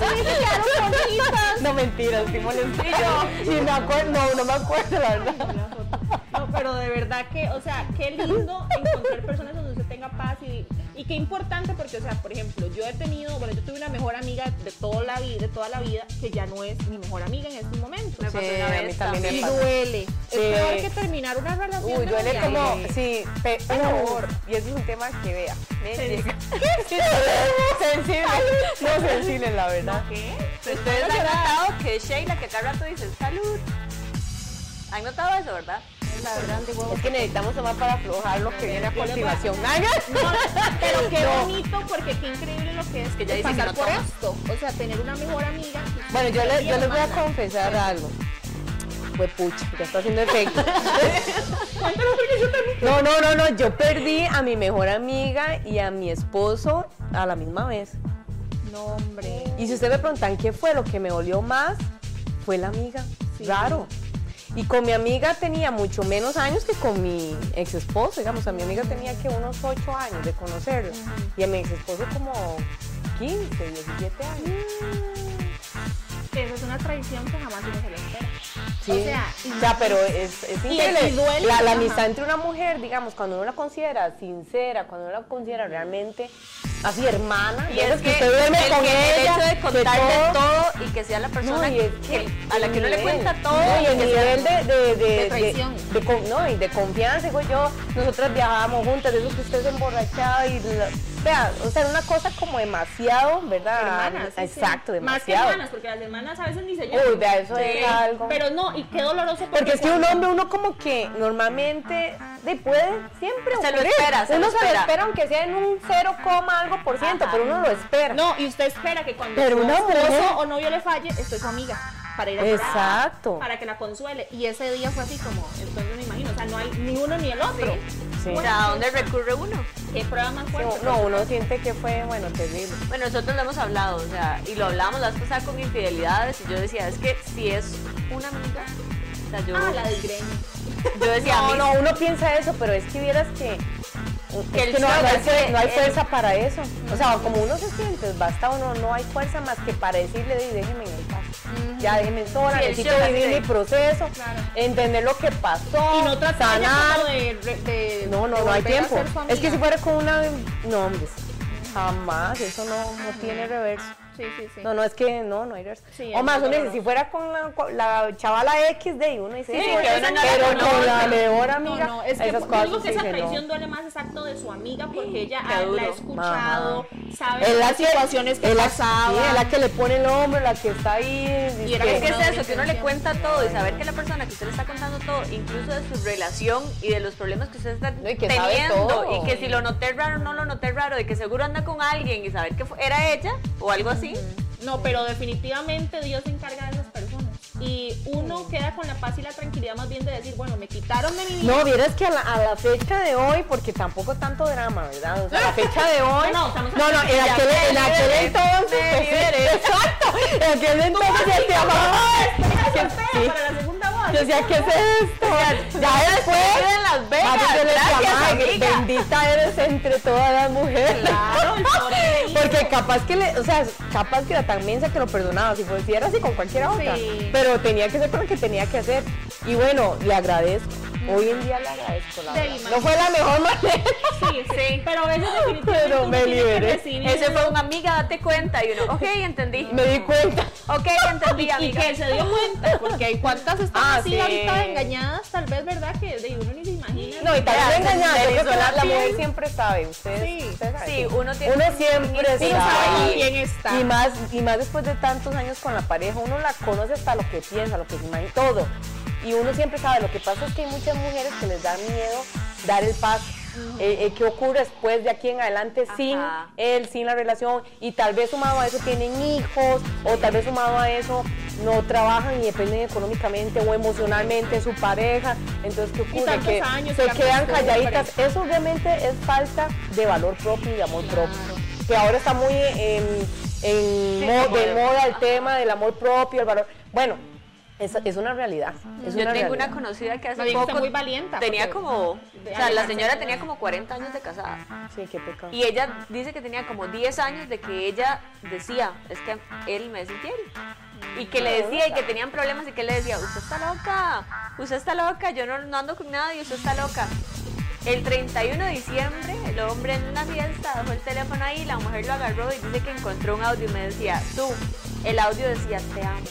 que quedaron bonitas.
No, mentira, estoy molestando. Y me acuerdo, no, no me acuerdo, la verdad.
No, pero pero de verdad que, o sea, qué lindo encontrar personas donde usted tenga paz y, y qué importante porque, o sea, por ejemplo, yo he tenido, bueno, yo tuve una mejor amiga de toda la vida, de toda la vida, que ya no es mi mejor amiga en estos momentos.
Me pasó
Sí,
una
a mí
vez
también me
también.
pasó.
duele. Es
Sí.
peor que terminar una relación.
Uy,
de
duele
noviazgo.
como, sí, peor. Y eso es un tema que vea. me llega. sensible, no sensible, la verdad.
¿Qué? Ustedes han notado que Sheila, que cada rato dicen salud. ¿Han notado eso, verdad?
La verdad, digo,
Es que necesitamos tomar para aflojar lo que viene a continuación. Ay,
Pero qué bonito, porque qué increíble lo que es
Que ya dice que
pasar
no
por
toma.
esto. O sea, tener una mejor amiga. que-
Bueno, yo, le-
que
yo les voy a
manda.
confesar algo. Fue pucha, ya está haciendo efecto. No, no, no, no. Yo perdí a mi mejor amiga y a mi esposo a la misma vez.
No, hombre.
Y si ustedes me preguntan qué fue lo que me dolió más, fue la amiga. Claro. Y con mi amiga tenía mucho menos años que con mi ex esposo. Digamos, a mi amiga tenía que unos 8 años de conocerlo. Y a mi ex esposo como 15, 17 años.
Eso es una tradición que jamás uno se le espera.
Sí.
O sea,
O sea, pero es, es increíble.
y duele,
la, la
ajá.
amistad entre una mujer, digamos, cuando uno la considera sincera, cuando uno la considera realmente así hermana,
Y
de esas
es que,
usted duerme
el,
con
que- el
ella,
hecho de contarle
todo.
todo, y que sea la persona
No, y es
que- a la que uno le
nivel.
cuenta todo.
No, y el
que sea-
nivel de, de, de, de-
traición.
de con- no, y de confianza, digo yo, nosotras viajábamos juntas, de eso que usted se emborrachaba y la- vea, o sea, era una cosa como demasiado, ¿verdad?
hermanas. sí, sí. Más
Exacto,
que
demasiado.
hermanas, porque las hermanas a veces ni se llevan.
Uy, vea, eso
Sí.
es algo.
Pero no, y qué doloroso.
porque es que un
cuando-
hombre, uno como que normalmente de, puede siempre
Se lo
ocurrir.
espera, se lo
uno se lo
espera.
espera aunque sea en un 0, algo por ciento,
Ajá.
pero uno lo espera.
No, y usted espera que cuando
Pero
su
una
esposo
mujer-
o novio le falle, estoy su amiga para ir a llorar,
Exacto.
para que la consuele. Y ese día fue así como, entonces me imagino, o sea, no hay ni uno ni el otro.
Sí.
O sea, ¿a dónde recurre uno?
Qué prueba más fuerte.
No, uno siente que fue, bueno, terrible.
Bueno, nosotros lo hemos hablado, o sea, y lo hablamos la vez pasada con infidelidades, y yo decía, es que si es una amiga, o sea, yo,
Ah, la del gremio.
yo decía, a
No,
mí,
no, uno piensa eso, pero es que vieras que, es
el
que no, no hay,
slogan,
fue- no hay
el-
fuerza para eso. O sea, como uno se siente, basta uno, no hay fuerza más que para decirle, "Di, déjeme en el paso. Ya déjeme sola,
Sí, el
necesito
slogan,
vivir
sí.
mi proceso, entender lo que pasó,
Y no tratar ya
sanar.
como de, re- de-
No, no,
de
no
volver
hay
a
tiempo.
ser su
Es que si
amiga.
fuera con una... No, hombre, jamás, eso no, no tiene reverso.
Sí, sí, sí.
No, no, es que no, no hay reverso.
Sí,
o
es
más, uno dice,
doloroso.
si fuera con la, con la chavala X de ahí, uno dice,
Sí,
"Ay,
que uno
esa
no la
pero con
conoce".
la mejor
No,
amiga,
no, es que
esas
yo
cosas
digo que
sí
esa
no.
traición duele más exacto de su amiga porque ella
Qué
ah,
duro.
la ha escuchado, sabe
Es la
las
que-
situaciones que
es la-
pasaban.
sí, es la que le pone el hombro, la que está ahí. dice
Y era
que-
Es que
Una
es eso, que uno le
intención.
cuenta todo y saber que la persona que usted le está contando todo, incluso de su relación y de los problemas que usted está
No, y que sabe
teniendo,
todo.
y que si lo noté raro no lo noté raro, de que seguro anda con alguien y saber que fu- era ella o algo así,
No, pero definitivamente Dios se encarga de esas personas. Y uno queda con la paz y la tranquilidad más bien de decir, bueno, me quitaron de mi vida.
No, vieras que a la, a la fecha de hoy, porque tampoco tanto drama, ¿verdad? O sea, a la fecha de hoy.
No, no, estamos
no, no, en
hablando
aquel,
de
en aquel
liberes,
entonces.
de liberes.
Exacto. En aquel entonces ya te amaba.
Deja de
que-
ser fea
sí.
para la segunda voz.
Yo decía, ¿qué es esto? Ya después.
en Las
a veces yo
Vegas,
le decía,
gracias
"Mae,
amiga.
Bendita eres entre todas las mujeres.
Claro, el pobre
Porque capaz que le, o sea, capaz que era tan mensa que lo perdonaba, si fuera si era así con cualquiera otra.
Sí.
Pero tenía que ser con lo que tenía que hacer. Y bueno, le agradezco.
Mm.
Hoy en día le agradezco la
Del
verdad. No fue la mejor manera.
Sí, sí. Pero a veces definitivamente
Pero
uno
me
tiene que
liberé.
recibir-
Ese fue un amiga, date cuenta, y uno, ok, entendí.
Me di cuenta.
Ok, entendí,
y
amiga.
que se dio cuenta, porque hay cuantas están
Ah,
así
sí.
ahorita engañadas, tal vez, ¿verdad? Que de uno ni se imagina.
No, y también
Ya,
me engañaba. Yo creo que
se
la, la
hizo la
mujer
piel.
siempre sabe. Ustedes,
Sí,
ustedes saben.
Sí, uno tiene
Uno siempre
Sí,
sabe.
uno sabe con
Y-
quién está.
Y más, y más después de tantos años con la pareja, uno la conoce hasta lo que piensa, lo que se imagina, todo. Y uno siempre sabe, lo que pasa es que hay muchas mujeres que les da miedo dar el paso. Eh, eh, ¿Qué ocurre después de aquí en adelante sin
Ajá.
él, sin la relación? Y tal vez sumado a eso tienen hijos, o tal vez sumado a eso no trabajan y dependen económicamente o emocionalmente de su pareja. Entonces, ¿qué ocurre?
tantos
Que
años
se
que la
quedan
persona
calladitas eso realmente es falta de valor propio y de amor propio. Que ahora está muy en, en mo-
como
de
de-
moda el tema del amor propio, el valor. Bueno, es, es una realidad. Es
Yo
una
tengo
realidad.
una conocida que
Más
hace
bien que Ah. está
poco
muy valienta,
tenía
porque-
como, o
de
sea, la
alejarse
señora
de
tenía
la-
como 40 años de casada.
Sí, qué pecado.
Y ella dice que tenía como 10 años de que ella decía, es que él me es infiel. y que le decía y que tenían problemas y que le decía, usted está loca, usted está loca, yo no, no ando con nadie, usted está loca. El 31 de diciembre, el hombre en una fiesta dejó el teléfono ahí, la mujer lo agarró y dice que encontró un audio y me decía, tú, el audio decía, te amo.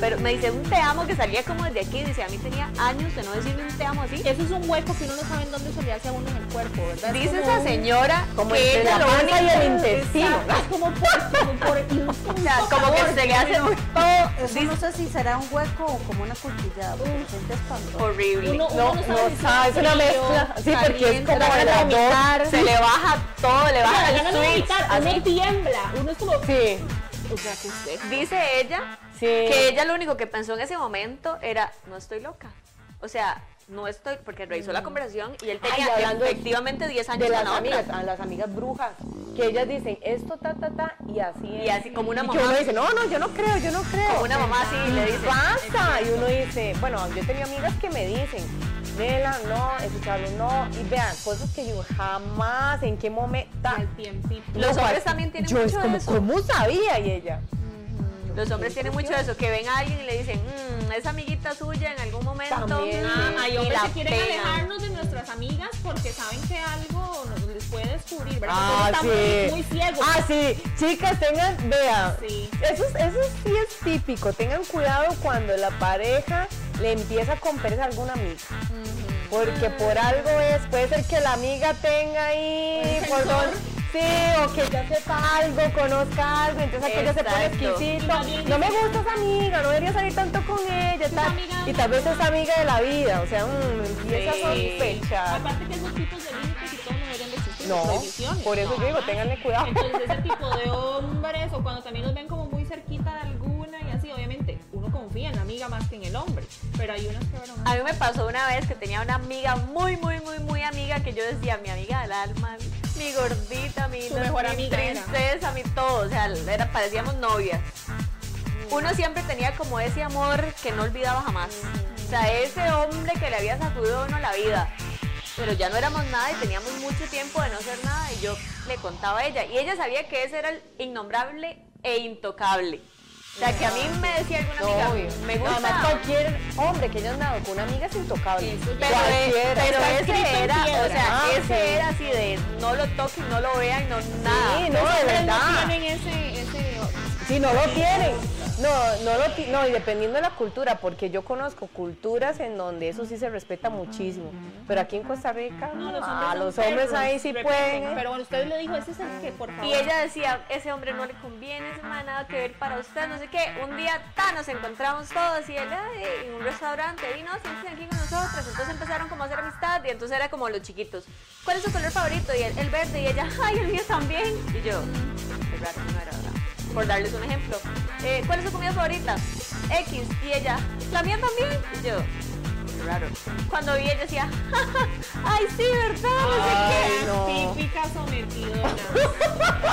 Pero me dice un te amo que salía como desde aquí, dice, a mí tenía años de no decirme un te amo así.
Eso es un hueco que uno no sabe en dónde se le hace a uno en el cuerpo, ¿verdad? Es
Dice
como
esa
un-
señora
Como
que
entre
ella
la
lo
panza y
único-
el intestino.
Exacto, Es como por, como por, y un-
o sea, como que se le hace un todo
Eso no sé si será un hueco o como una cuchillada, porque se siente espantoso.
horrible.
uno, uno
No,
no
no,
sabe si
sabe, es
está
una
frío,
mezcla. Sí, porque es
caliente,
como
la gana de
las dos.
vomitar.
se le baja todo, le
La
baja el
gana de
switch.
vomitar, uno tiembla, uno es como...
Sí,
O sea, que usted...
Dice ella
sí.
que ella lo único que pensó en ese momento era, no estoy loca. O sea, no estoy, porque revisó la conversación y él
Mm. Ay,
tenía
y hablando de-
efectivamente 10 años
de
con
las
la otra.
amigas, a las amigas brujas, que ellas dicen esto, ta, ta, ta, y así es.
Y así como una
Y que
mamá.
uno dice, no, no, yo no creo, yo no creo.
Como una mamá así le dice.
Pasa. Y uno dice, bueno, yo he tenido amigas que me dicen, Nela, no, escucharlo, no. Y vean, cosas que yo jamás, en qué momento.
Al tiempito.
Los hombres también tienen
Yo es
mucho
como,
de eso.
¿cómo sabía? Y ella.
Los hombres tienen mucho de eso, que ven a alguien y le dicen, "Mm, es amiguita suya en algún momento.
También.
mm",
Ah, hay
y
hombres
la
que quieren
pegan.
alejarnos de nuestras amigas porque saben que algo nos les puede descubrir, ¿verdad?
Ah,
Porque uno está
sí.
muy, muy ciego.
Ah, sí. Chicas, tengan, vean.
Sí.
Eso, es- eso sí es típico. Tengan cuidado cuando la pareja le empieza a conversar a alguna amiga. Porque
Mm.
por algo es, puede ser que la amiga tenga ahí,
Un
por
sensor.
dónde- sí, o que ya sepa algo, conozca algo, entonces aquella se pone
Exacto.
exquisito.
Y más bien
No me
dice-
gusta esa amiga, no debería salir tanto con ella, tal.
amiga de
y tal vez es amiga de la vida, o sea, mm, empieza a
Sí.
sospechar.
Aparte que esos tipos de límites y todo no deberían de existir.
No,
prohibiciones,
por eso
no,
yo digo,
jamás.
ténganle cuidado.
Entonces ese tipo de hombres o cuando también los ven como muy cerquita de alguna y así, obviamente uno confía en la amiga más que en el hombre, pero hay unas que bueno,
A mí me pasó una vez que tenía una amiga muy, muy, muy, muy amiga que yo decía, mi amiga del alma, mi gordita, mi,
Su mejor
mi
amiga era.
tristeza, mi todo. O sea, era, parecíamos novias. Uno siempre tenía como ese amor que no olvidaba jamás. O sea, ese hombre que le había sacudido a uno la vida. Pero ya no éramos nada y teníamos mucho tiempo de no ser nada y yo le contaba a ella. Y ella sabía que ese era el innombrable e intocable. O sea, que a mí me decía alguna
No,
amiga,
obvio.
me
No,
gusta.
Además, cualquier hombre que haya andado con una amiga es intocable.
Pero, pero
Cualquiera. Está escrito en
ese era, o
piedra.
sea,
Ah,
ese
sí.
era así de no lo toquen, no lo vean, no nada.
Sí, no, de
no
verdad.
tienen ese, ese
Sí, no lo tienen. No, no lo ti- no, y dependiendo de la cultura, porque yo conozco culturas en donde eso sí se respeta muchísimo. Pero aquí en Costa Rica,
no, los hombres
a
son
Ah, los hombres
perros,
ahí sí
repiten,
pueden. ¿eh?
Pero bueno, usted le dijo, ese es el que por favor.
Y ella decía, ese hombre no le conviene, ese man nada que ver para usted, no sé qué. Un día tan nos encontramos todos y él "Ay, en un restaurante, y no, siéntense aquí con nosotros. Entonces empezaron como a hacer amistad y entonces era como los chiquitos. ¿Cuál es su color favorito? Y él, el verde, y ella, ay, el mío también. Y yo, qué raro, no era verdad. Por darles un ejemplo, "Eh, ¿cuál es su comida favorita? X. Y ella, la mía también. Y yo, qué raro. Cuando vi, ella decía, ay, sí, ¿verdad? No sé qué.
Ay, no.
Típica sometidona.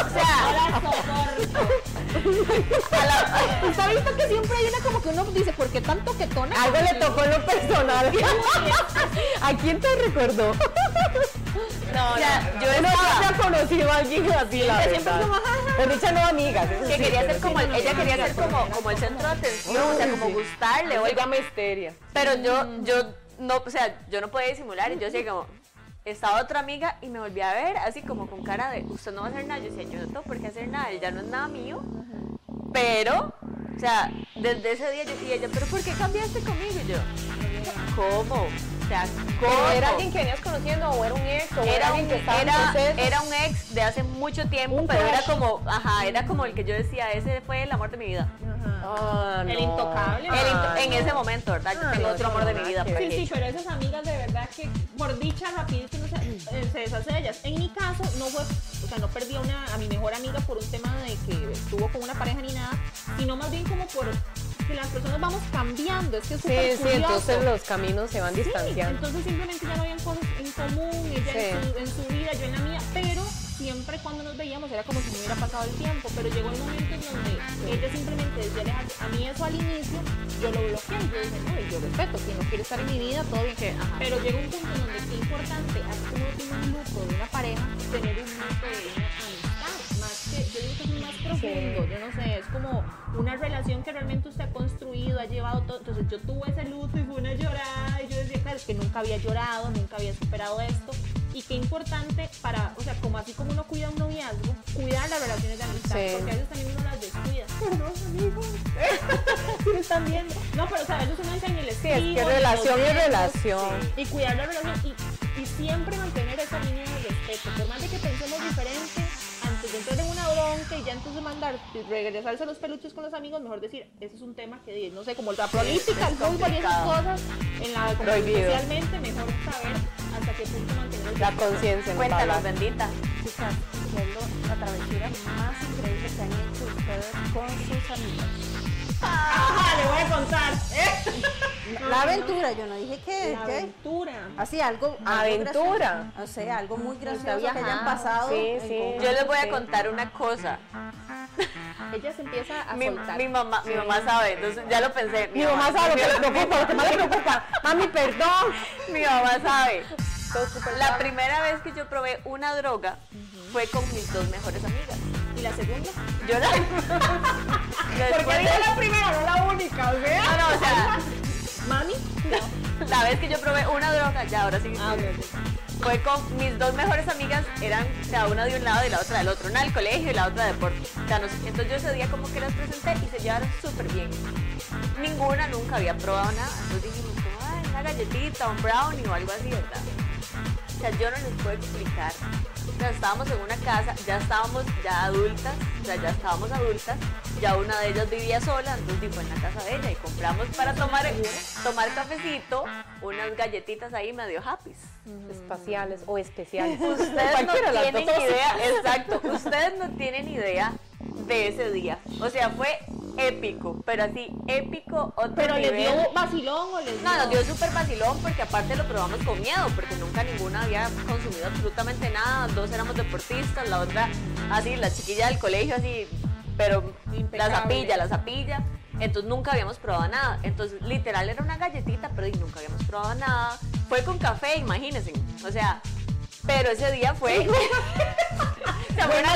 O sea,
Ahora soporto. ¿Usted ha visto que siempre hay una como que uno dice, ¿por qué tan toquetona?
Algo le tocó en lo personal. ¿A quién te recordó?
o sea, yo
no
estaba-
había conocido a alguien así, la
Ah. Siempre, siempre
verdad.
como, "Ja, ja, ja".
Por dicha no amigas. eso
que
sí,
quería
pero
ser
sí.
como el- ella quería ser como, como el centro de atención, o sea, como gustarle o algo.
Oiga, misteria.
Pero yo, yo no, o sea, yo no podía disimular y yo decía como, estaba otra amiga y me volví a ver así como con cara de, usted no va a hacer nada, yo decía, yo no tengo por qué hacer nada, ya no es nada mío. Pero, o sea, desde ese día yo decía, ella, pero ¿por qué cambiaste conmigo? Y yo, ¿cómo? O sea, ¿cómo?
¿Era alguien que venías conociendo o era un ex o era
era un,
alguien que estaba en
era-
proceso?
era un ex de hace mucho tiempo,
Un
pero era
crush.
como, ajá, era como el que yo decía, ese fue el amor de mi vida.
Ah,
El
no.
intocable.
El int-
Ah,
en
no.
ese momento, ¿verdad? Yo
Ah,
tengo
no,
otro amor
no,
de mi
nada
vida. pues.
que
por
Sí,
aquí.
sí, pero esas amigas de verdad que por dicha rapidito uno se, eh, se deshace de ellas. En mi caso, no fue, o sea, no perdí a, una, a mi mejor amiga por un tema de que estuvo con una pareja ni nada, sino más bien como por que las personas vamos cambiando. Es que es
Sí,
súper
sí, entonces
curioso.
los caminos se van
Sí,
distanciando.
entonces simplemente ya no habían cosas en común, ella en,
Sí.
su, en su vida, yo en la mía, pero siempre cuando nos veíamos era como si no hubiera pasado el tiempo, pero llegó el momento en donde ella simplemente decía "Aleja- a mí eso al inicio, yo lo bloqueé, yo dije, no, y yo respeto, si no quiere estar en mi vida, todo bien, que, ajá. pero llegó un punto en donde es importante, así como tiene un luto de una pareja, tener un luto de una amistad, más que, yo digo que es más profundo, yo no sé, es como una relación que realmente usted ha construido, ha llevado todo. Entonces yo tuve ese luto y fue una llorada. Y yo decía, claro, es que nunca había llorado, nunca había superado esto. Y qué importante para, o sea, como así como uno cuida un noviazgo, cuidar las relaciones de amistad.
Sí.
Porque a veces también uno las descuida. Perdón, amigos. Sí, me están viendo. No, pero o sea, a veces uno entra en el
Sí, es
espejo,
que
en
relación
los
es
besos,
relación.
y cuidar la relación y, y siempre mantener esa línea de respeto. Por más de que pensemos diferente, antes de entrar en una bronca y ya antes de mandar, de regresarse a los peluches con los amigos, mejor decir, ese es un tema que, di- no sé, como la política, el fútbol y esas cosas, en la como
Prohibido.
socialmente, mejor saber hasta qué punto mantener
La conciencia. nos va a
Cuéntanos,
hablar.
bendita.
Chicas, que es lo- la travesura más increíble que han hecho ustedes con sus amigos.
¡Ajá! Ah, Le voy a contar.
La aventura, yo no dije que,
La
que-
aventura.
así algo algo
Aventura.
gracioso. o sea, algo muy gracioso que hayan pasado.
Sí,
en
sí.
conjunto.
Yo les voy a contar una cosa.
Ella se empieza a
Mi,
soltar.
mi mamá, mi mamá sabe, entonces ya lo pensé.
Mi mamá sabe lo que le preocupa, lo que más le preocupa. Mami, perdón.
Mi mamá sabe. La primera vez que yo probé una droga fue con mis dos mejores amigas.
Y la segunda.
Yo la. Después de-
primera, no la única, o sea.
No, no, o sea,
Mami.
la vez que yo probé una droga, ya ahora sí.
Ah, ok,
Fue con mis dos mejores amigas, eran cada una de un lado y la otra del otro. Una del colegio y la otra de deporte. O sea, nos- entonces yo ese día como que las presenté y se llevaron súper bien. Ninguna nunca había probado nada. Entonces dijimos, como, "Ay, una galletita, un brownie o algo así, ¿verdad? O sea, yo no les puedo explicar. O sea, estábamos en una casa, ya estábamos ya adultas, o sea, ya estábamos adultas, ya una de ellas vivía sola, entonces dijo en la casa de ella y compramos para tomar, tomar cafecito unas galletitas ahí medio happy.
Espaciales o especiales.
Ustedes no
Cualquiera de las
tienen
dos.
idea, exacto, ustedes no tienen idea de ese día. O sea, fue épico, pero así épico otro
Pero les
nivel.
dio vacilón o les dio.
No, nos dio súper vacilón porque aparte lo probamos con miedo, porque nunca ninguna había consumido absolutamente nada, dos éramos deportistas, la otra así, la chiquilla del colegio así, pero
Impecable.
la zapilla, la zapilla, entonces nunca habíamos probado nada, entonces literal era una galletita, pero y nunca habíamos probado nada, fue con café, imagínense, o sea, pero ese día fue... o sea, fue una,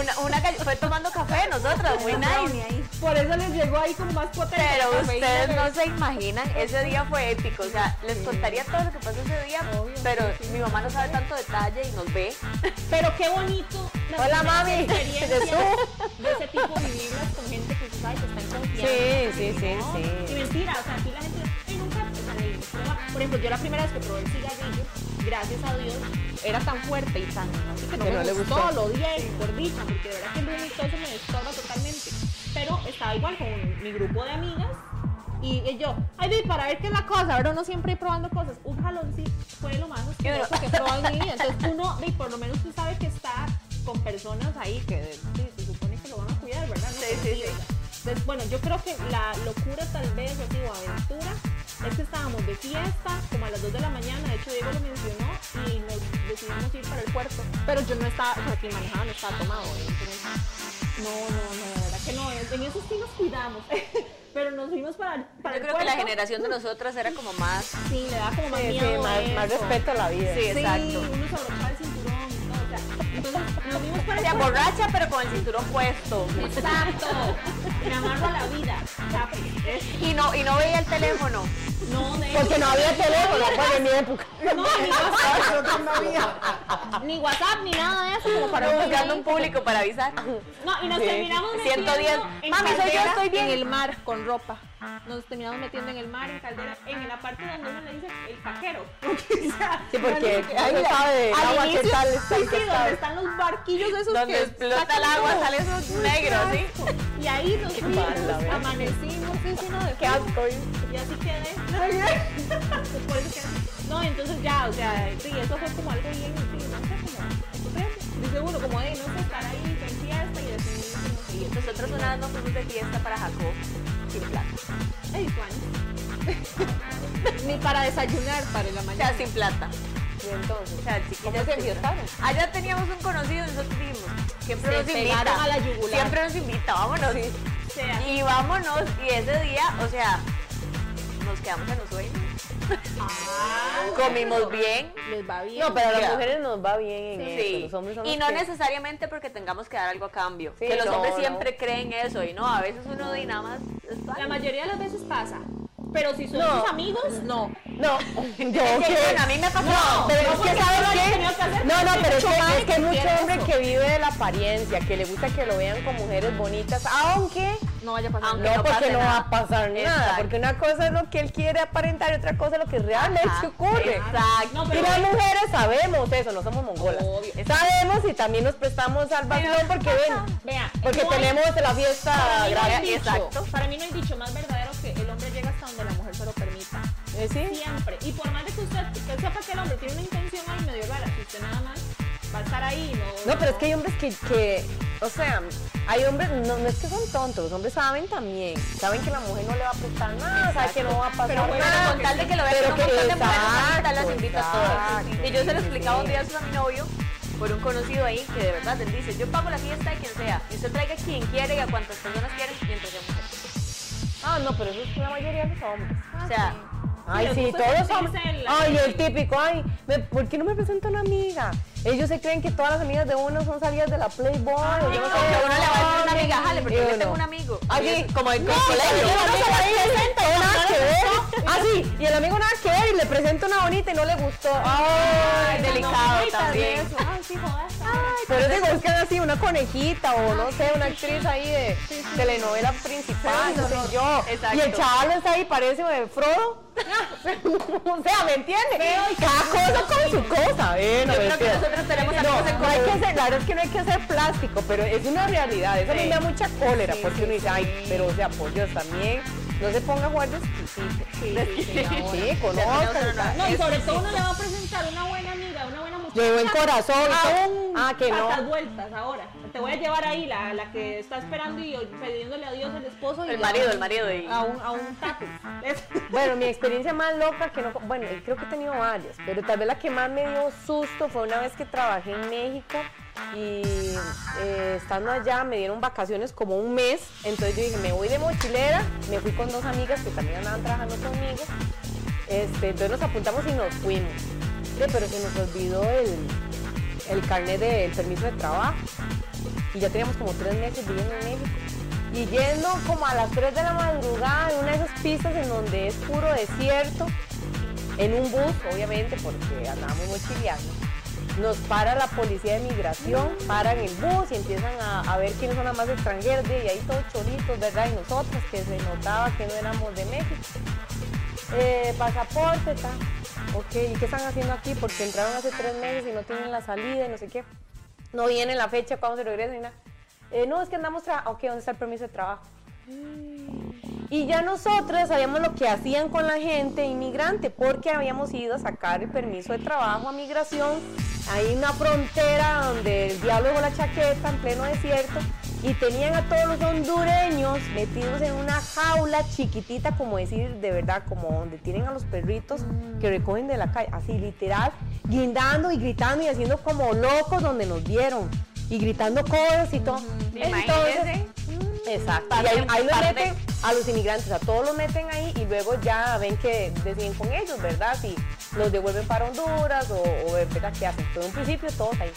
una- una galle- fue tomando café nosotros, muy nice.
Por eso les llegó ahí como más potente.
Pero
la cafeína,
ustedes
pero-
no se imaginan, ese día fue épico, o sea, les contaría todo lo que pasó ese día, pero mi mamá no sabe tanto detalle y nos ve.
Pero qué bonito. las
Hola,
primeras
mami.
experiencias
Jesús.
De ese tipo vivirlas con gente que usted sabe que está en confianza.
Sí, sí, sí,
¿no?
sí.
Y mentira, o sea, aquí la gente. "Ay, nunca", o sea, le- prueba. Por ejemplo, yo la primera vez que probé el cigarrillo, gracias a Dios, era tan fuerte y tan. Así que no
Que
me
no le
gustó,
gustó.
lo odié, por dicha, porque de verdad que el humo y todo eso me destorba totalmente. Pero estaba igual con mi grupo de amigas. Y y yo, ay, di, para ver qué es la cosa, ahora uno siempre ir probando cosas. Un jalón sí fue lo más asqueroso que he probado en mi vida. Entonces uno, di, por lo menos tú sabes que está con personas ahí que di, se supone que lo van a cuidar, ¿verdad? No
Sí,
sé,
sí,
di,
sí.
¿verdad? Entonces, bueno, yo creo que la locura tal vez, o digo, aventura, es que estábamos de fiesta, como a las 2 de la mañana, de hecho Diego lo mencionó, y nos decidimos ir para el puerto. Pero yo no estaba, o sea, quien manejaba no estaba tomado, evidentemente. No, no, no, de verdad que no, en eso sí nos cuidamos. Pero nos fuimos para, para
Yo
el
creo que la
puerto.
generación de nosotras era como más...
Sí, le da como más
Sí, sí,
miedo
más,
eso.
más respeto a la vida.
Sí, exacto.
Sí, uno se abrochaba el cinturón y todo, o sea, entonces nos vimos para
O
el
sea,
puerto.
borracha pero con el cinturón puesto.
Exacto. Me amarro a la vida. Chape.
Y no, y no veía el teléfono.
No, de
Porque no había teléfono, pues en mi época.
No, ni WhatsApp. Ni WhatsApp, ni nada de eso. Como para
Pero
un
buscando un
día.
público para avisar.
No, y nos
Sí.
terminamos metiendo
110.
en
Mami, soy yo,
caldera,
estoy bien.
En el mar, con ropa. Nos terminamos metiendo en el mar, en caldera, en la parte donde uno le dice el paquero. Porque, o sea,
Sí, porque
realmente-
ahí no sabe el
Al
agua
inicio,
que tal,
sí,
tal
sí,
que
donde
tal.
están los barquillos esos
Donde
que
explota
sacan
el agua,
todo.
sale esos negros, ¿sí?
pues, Y ahí nos fuimos,
mala, ¿verdad?
amanecimos, sí, sí, no, de
Qué asco. ¿eh?
y así quedé. Por eso quedé. No, entonces ya, o sea, sí, eso fue como algo bien, sí, no sé, como, entonces, dice uno, como de no sé, estar ahí, en fiesta y decir, no sé, y entonces,
Nosotros una vez nos fuimos de fiesta para Jacob sin plata.
ay, Juan. Ni para desayunar, para la
O
mañana.
sea, sin plata.
Y entonces,
O sea, chiquillas.
¿Cómo se
sin plata.
enfiestaron?
Allá teníamos un conocido y nosotros dijimos, siempre
Se
nos
pegaron
invita.
a la yugular.
Siempre nos invita, vámonos.
O sea,
Y vámonos, y ese día, o sea, nos quedamos en los sueños.
Ah.
Comimos bien.
Les va bien.
No, pero a las
Ya.
mujeres nos va bien en eso.
Sí.
Los hombres son
Y
los
no
que-
necesariamente porque tengamos que dar algo a cambio.
Sí,
que los
no,
hombres
no.
siempre creen eso y no, a veces uno de nada más.
La mayoría de las veces pasa. Pero si son
No.
tus amigos, no.
No, yo
que,
qué.
bueno, a mí me pasó.
No, pero es que sabes qué. No, no, pero es que, es que hay mucho
quiere
hombre
eso.
que vive de la apariencia, que le gusta que lo vean con mujeres bonitas, aunque
No vaya a pasar.
Aunque no
no, porque
pase
no va
nada.
a pasar nada,
Exacto.
porque una cosa es lo que él quiere aparentar y otra cosa es lo que realmente
Ajá,
ocurre.
exacto.
No,
Y
pero-
las mujeres sabemos eso, no somos mongolas.
Obvio.
Sabemos y también nos prestamos al vacilón porque ven,
Vea,
porque
no hay-
tenemos la fiesta
Para mí, no hay
grande.
dicho,
exacto.
para mí no hay dicho más verdadero que el hombre llega hasta donde la mujer se lo permita.
Eh, ¿Sí?
Siempre. Y por más de que usted, que usted sepa que el hombre tiene una intención ahí medio rara, si usted nada más va a estar ahí, no.
No, pero es que hay hombres que, que o sea, hay hombres, no, no es que son tontos, los hombres saben también, saben que la mujer no le va a prestar nada, saben que no va a pasar
Pero bueno,
nada.
con tal de que lo
Ah, Pero
vean con
que-
un montón de mujeres,
exacto,
ahorita las invitas todas.
exacto,
Y yo se lo
sí,
explicaba
sí.
un día eso a mi novio, por un conocido ahí, que de verdad él dice, yo pago la fiesta de quien sea, y usted traiga a quien quiere y a cuantas personas quiere, mientras sea mujer.
Ah, no, pero eso es la mayoría de los hombres.
O sea,
Ay,
Pero
sí,
tú
todos
puedes
somos.
sentirse la-
Ay, el típico, ay, me- ¿por qué no me presenta una amiga? Ellos se creen que todas las amigas de uno son salidas de la Playboy. o yo no sé
como Ah, que
qué,
uno le va a decir a una
ay, Ah,
amiga, jale, porque
y
yo
uno.
tengo un amigo. Y
Así,
es-
como el
No,
colegio.
pero yo no se la
nada que ver. Así, y el amigo nada que ver y le presenta una bonita y no le gustó. Ay,
Ay, delicado también.
Ay, sí, jodas.
Por eso digo, buscan así una conejita o no sé, una actriz ahí de telenovela principal, no sé yo.
Exacto.
Y el chaval está ahí, parece de Frodo. o sea, ¿me entiendes? Cada cosa con su cosa. eh, no
Yo
me
creo que
entiendes.
nosotros tenemos
No,
amigos en
no hay que hacer, la verdad es que no hay que hacer plástico, pero es una realidad. Eso a mí
Sí.
me da mucha cólera
Sí,
porque
sí,
uno dice, ay, pero o sea, por Dios, también no se ponga a jugar de exquisito. Sí, sí,
Ya tenemos
conozca.
una-
No, y sobre todo uno le va a presentar una buena amiga, una buena muchacha.
Llegó el corazón.
Aún
Ah, que no.
pasas vueltas ahora. Te voy a llevar ahí la, la que está esperando y pidiéndole a Dios el esposo y
El
le-
marido, el marido. Y...
a un, a un tatu. Es-
Bueno, mi experiencia más loca que no, bueno, y creo que he tenido varias, pero tal vez la que más me dio susto fue una vez que trabajé en México y eh, estando allá me dieron vacaciones como un mes, entonces yo dije, me voy de mochilera, me fui con dos amigas que también andaban trabajando conmigo, este, entonces nos apuntamos y nos fuimos. Sí, pero se nos olvidó el, el carnet del permiso de trabajo y ya teníamos como tres meses viviendo en México. Y yendo como a las 3 de la madrugada en una de esas pistas en donde es puro desierto, en un bus, obviamente, porque andábamos mochileando, nos para la policía de migración, paran el bus y empiezan a, a ver quiénes son las más extranjeros, de- y ahí todos cholitos, ¿verdad? Y nosotros, que se notaba que no éramos de México. Eh, pasaporte, tal. Ok, ¿y qué están haciendo aquí? Porque entraron hace tres meses y no tienen la salida y no sé qué. No viene la fecha, cuando se regresan y nada. Eh, no, es que andamos trabajando. Ok, ¿dónde está el permiso de trabajo? Y ya nosotros sabíamos lo que hacían con la gente inmigrante, porque habíamos ido a sacar el permiso de trabajo a migración. Hay una frontera donde el diablo con la chaqueta en pleno desierto y tenían a todos los hondureños metidos en una jaula chiquitita, como decir, de verdad, como donde tienen a los perritos que recogen de la calle, así literal, guindando y gritando y haciendo como locos donde nos vieron y gritando cosas y todo. Entonces,
Imagínense.
Exacto.
Parte-
y ahí, ahí los
parte-
meten a los inmigrantes, a todos los meten ahí y luego ya ven que deciden con ellos, ¿verdad? Si los devuelven para Honduras o, o ¿verdad? qué hacen. Pero en principio todos ahí.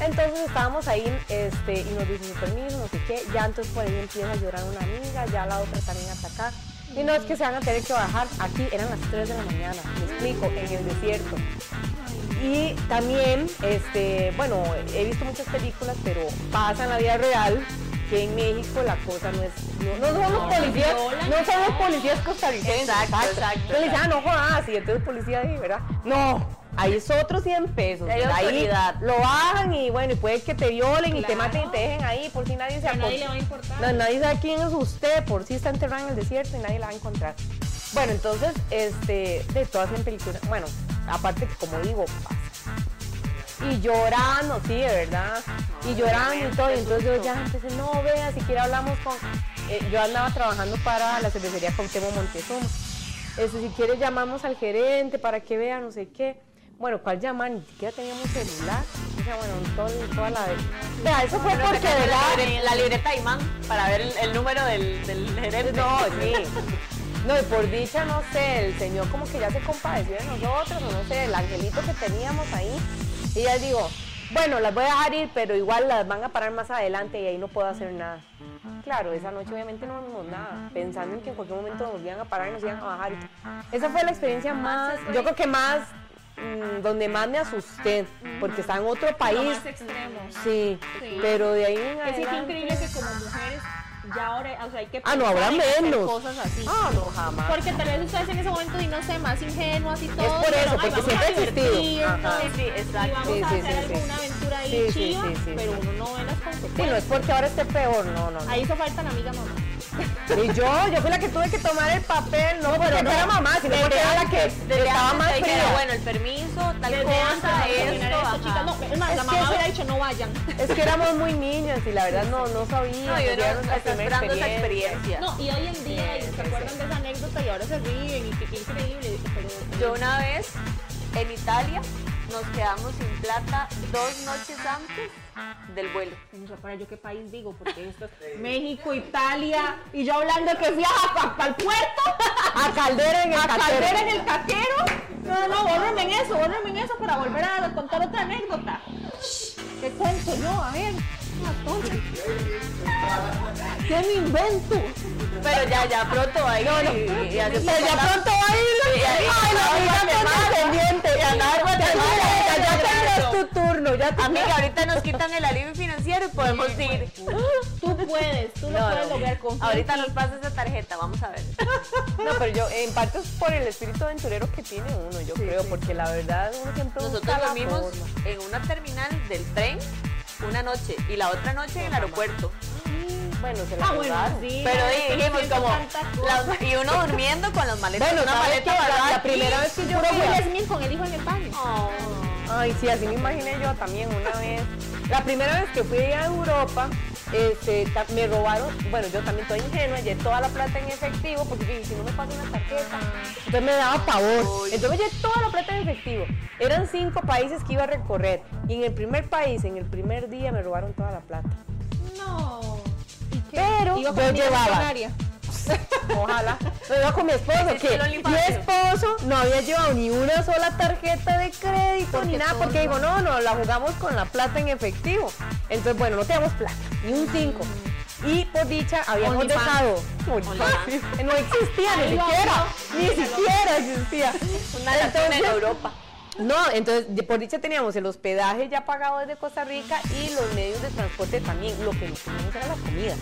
Entonces estábamos ahí este, y nos dicen su permiso, no sé qué. Ya entonces por ahí empieza a llorar una amiga, ya la otra también a atacar. Y no es que se van a tener que bajar. Aquí eran las 3 de la mañana, me explico, en el desierto. Y también, este, bueno, he visto muchas películas, pero pasa en la vida real que en México la cosa no es. No, no son los policías, no son los policías costarricenses.
Exacto, exacto,
Entonces le dicen, ah, no jodas, y entonces el policía ahí, ¿verdad? No, ahí es otro 100 pesos.
Hay
ahí
autoridad.
lo bajan y bueno, y puede que te violen y te maten y te dejen ahí, por si nadie se
a nadie
acor-
le va a importar.
no, nadie sabe quién es usted, por si está enterrado en el desierto y nadie la va a encontrar. Bueno, entonces, este, de todas en películas, bueno, aparte que como digo, pasa. Y llorando, sí, de verdad. Y llorando y todo. Y entonces yo ya empecé, no, vea, siquiera hablamos con. eh, yo andaba trabajando para la cervecería con Temo Montezuma. Este, si quiere llamamos al gerente para que vea, no sé qué. Bueno, ¿cuál llaman? Ni siquiera teníamos celular. O sea, bueno, todo- toda la vez. Vea, eso fue
Pero
porque,
sacaron la
¿verdad?
libre- La libreta imán para ver el, el número del, del gerente.
No, sí. No, y por dicha, no sé, el Señor como que ya se compadeció de nosotros, o no sé, el angelito que teníamos ahí. Y ya digo, bueno, las voy a dejar ir, pero igual las van a parar más adelante y ahí no puedo hacer nada. Claro, esa noche obviamente no dormimos nada, pensando en que en cualquier momento nos iban a parar y nos iban a bajar. Esa fue la experiencia más, yo creo que más, mm, donde más me asusté, porque estaba en otro
Lo
país.
más extremo.
Sí,
Sí.
pero de ahí en
Es que qué
adelante-
increíble que como mujeres ya ahora, o sea, hay que
Ah, no,
pensar
ahora
en hacer
menos.
cosas así.
Ah, no, jamás.
Porque tal vez ustedes en ese momento, y no sé, más ingenuas y todo.
por
pero,
eso,
ay,
porque
vamos
siempre
a
ha existido.
divertirnos,
Ajá.
Sí, sí, exacto. Y
Sí,
vamos
sí,
a hacer
sí, sí.
alguna aventura ahí
Sí, sí,
chiva,
sí, sí,
pero
sí.
uno no ve las
Sí, no
consecuencias.
es porque ahora esté peor, no, no. no.
Ahí hizo falta la amiga mamá.
Y yo, yo fui la que tuve que tomar el papel, no porque fuera mamá, sino porque era la que estaba más
Ahí queda,
fría.
bueno, el permiso, tal
Desde antes,
cosa,
vamos a
esto,
terminar esto,
ajá.
chicas. No, es más,
Es
la
que
mamá
eso-
hubiera dicho no vayan.
Es que éramos muy niñas y la verdad no, no sabía.
No, yo
era
no
nuestra
está
primera
esperando esa experiencia.
No, y hoy en día, y se acuerdan de esa anécdota y ahora se ríen, y qué qué increíble. Pero,
Yo una vez en Italia nos quedamos sin plata dos noches antes del vuelo.
No sé para yo qué país digo, porque esto es México, Italia, y yo hablando que fui a, para el puerto,
A Caldera en el
a
Caldera.
caldera en el caquero. No, no, no, bórrame en eso, bórrame en eso para volver a contar otra anécdota. ¿Qué cuento yo? A ver. entonces. ¿Qué me invento?
Pero ya, ya pronto ahí. y, y hace
Pero ya
poco
pronto va a ir. Ay, la amiga condescendiente. Ya ya- ya tendrás tu turno. Ya
la- Amiga, ahorita nos quitan el alivio financiero y podemos ir.
Tú puedes, tú lo
No,
puedes
no.
lograr con
Ahorita nos pasa esa tarjeta, vamos a ver.
No, pero yo, en parte es por el espíritu aventurero que tiene uno, yo creo, porque la verdad uno siempre busca
Nosotros
la
dormimos
forma.
en una terminal del tren una noche y la otra noche en el aeropuerto.
Bueno, se la
Ah, bueno,
jugaron.
sí.
Pero
es que
dijimos
siento
como
tanta cosa.
la- y uno durmiendo con las maletas,
Bueno,
una
¿sabes
maleta
qué? La-
para
la primera vez que yo
Puro
fui a-
Will Smith con el hijo en el baño.
Ay, sí, así me imaginé yo también una vez. La primera vez que fui a Europa, este, ta- me robaron, bueno, yo también estoy ingenua, llevé toda la plata en efectivo, porque dije, si no me pasa una tarjeta, entonces me daba pavor. Entonces llevé toda la plata en efectivo. Eran cinco países que iba a recorrer, y en el primer país, en el primer día, me robaron toda la plata.
No.
Pero
Iba con
yo
amiga
llevaba,
millonaria.
ojalá, me iba con mi esposo,
Ese
que
es el
mi
OnlyFans.
esposo no había llevado ni una sola tarjeta de crédito ni nada, porque digo, no, no, la jugamos con la plata en efectivo. Entonces, bueno, no teníamos plata, ni un 5. Y por dicha habíamos
Mm. OnlyFans.
dejado. No existía ni
Ahí va
siquiera,
uno.
ni siquiera existía.
Una latona en Europa.
No, entonces de- por dicha teníamos el hospedaje ya pagado desde Costa Rica y los medios de transporte también. Lo que nos teníamos era la comida.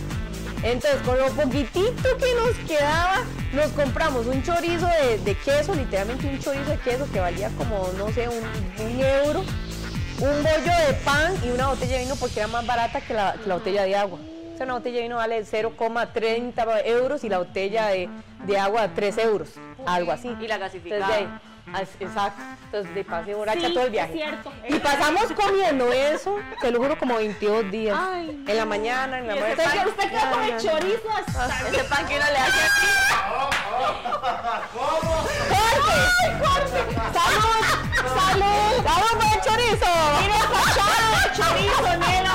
Entonces, con lo poquitito que nos quedaba, nos compramos un chorizo de, de queso, literalmente un chorizo de queso que valía como, no sé, un, un euro, un bollo de pan y una botella de vino porque era más barata que la, que la botella de agua. O sea, una botella de vino vale 0,30 euros y la botella de, de agua 3 euros, algo así.
Y la gasificada.
Entonces, de ahí, as- exacto. Entonces, de pase borracha
Sí,
todo el viaje.
es cierto.
Y pasamos comiendo eso, te lo juro, como 22 días.
Ay,
en la mañana, en la
Usted
mañana.
que- usted que
No,
come
no, no.
chorizo hasta
Ese pan que uno le hace así.
¡Corte! ¡Salud! ¡Salud! ¡Vamos por el chorizo! ¡Mira, cachado! ¡Chorizo, eh. nena!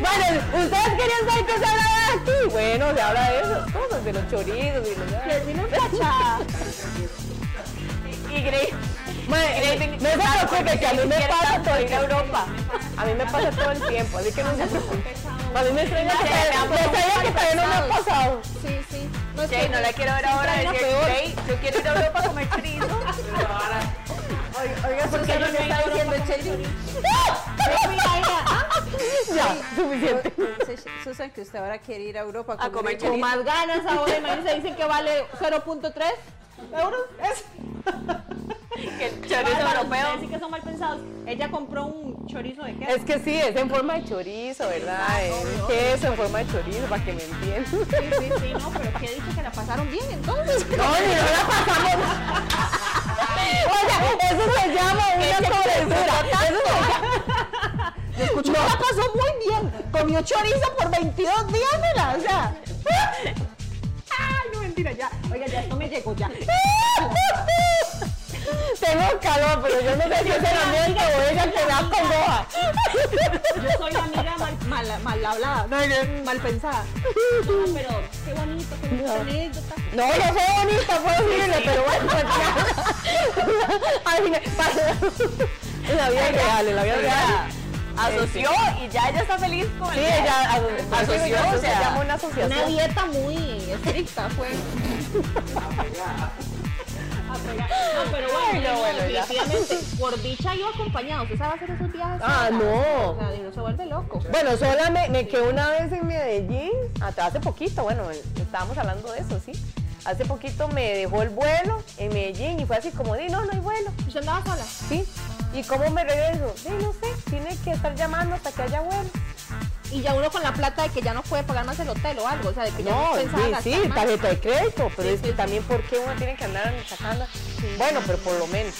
Bueno, ustedes querían saber qué se habla de aquí. Bueno, se habla de esas cosas, de los chorizos y los...
vino cachada.
Y Grace,
Madre, eh, no se preocupe, que a mí me pasa todo el tiempo.
Europa.
A mí me pasa todo el tiempo, así que no se preocupe. A mí me extraña que,
Sí, me ha
me extraña que todavía no me ha pasado.
Sí, sí. No es
Jay,
que-
no la quiero ver ahora
Siempre hay una
decir,
peor.
Jay, yo quiero ir a Europa a comer chorizo.
Oiga, ¿por qué no me está diciendo chorizo? ah, Ya, suficiente.
Susan, que usted ahora quiere ir a Europa
A comer
Con
chorizo.
más ganas ahora, imagínense, dicen que vale 0.3 euros. Es
Que el chorizo europeo.
Así que son mal pensados. Ella compró un chorizo de queso.
Es que sí, es en forma de chorizo, ¿verdad? Eh, Es queso en forma de chorizo, para que me entiendan.
Sí, sí, sí, no, pero que he dicho que la pasaron bien entonces.
No, ni no la pasamos. Oye, eso se llama una travesura. Eso se llama. no la pasó muy bien. Comió chorizo por 22 días, mira. O sea.
Ay, no mentira, ya. Oiga, ya esto me llegó ya.
Tengo calor, pero yo no sé si es el ambiente o ella que me acomoda.
Yo soy la amiga mal, mal mal, mal hablada, mal pensada. No, pero qué bonito, qué bonita anécdota.
No, no fue bonita, fue horrible, pero bueno, pues ya. Al final, para- en la vida real, en la vida real.
Asoció y ya ella está feliz con
Sí,
el viaje.
ella aso-
Asoció, o sea,
se llama una asociación.
Una dieta muy estricta pues. fue. No, pero bueno,
Ay, no,
no,
bueno, ya.
definitivamente, por dicha iba acompañado. Usted sabe hacer esos viajes.
Ah,
sola?
no.
O sea, y uno se vuelve loco.
Bueno, sola me, me quedé una vez en Medellín, hasta hace poquito, bueno, eh, estábamos hablando de eso, ¿sí? Hace poquito me dejó el vuelo en Medellín y fue así como, di, no, no hay vuelo,
Yo andaba sola.
¿sí? ¿Y cómo me regreso? Di, no sé, tiene que estar llamando hasta que haya vuelo.
Y ya uno con la plata de que ya no puede pagar más el hotel o algo. O sea, de que ya
No,
no
sí,
pensaba gastar
sí,
más.
tarjeta de crédito, pero
Sí,
es que
sí, sí.
también por qué uno tiene que andar sacando. Bueno, pero por lo menos.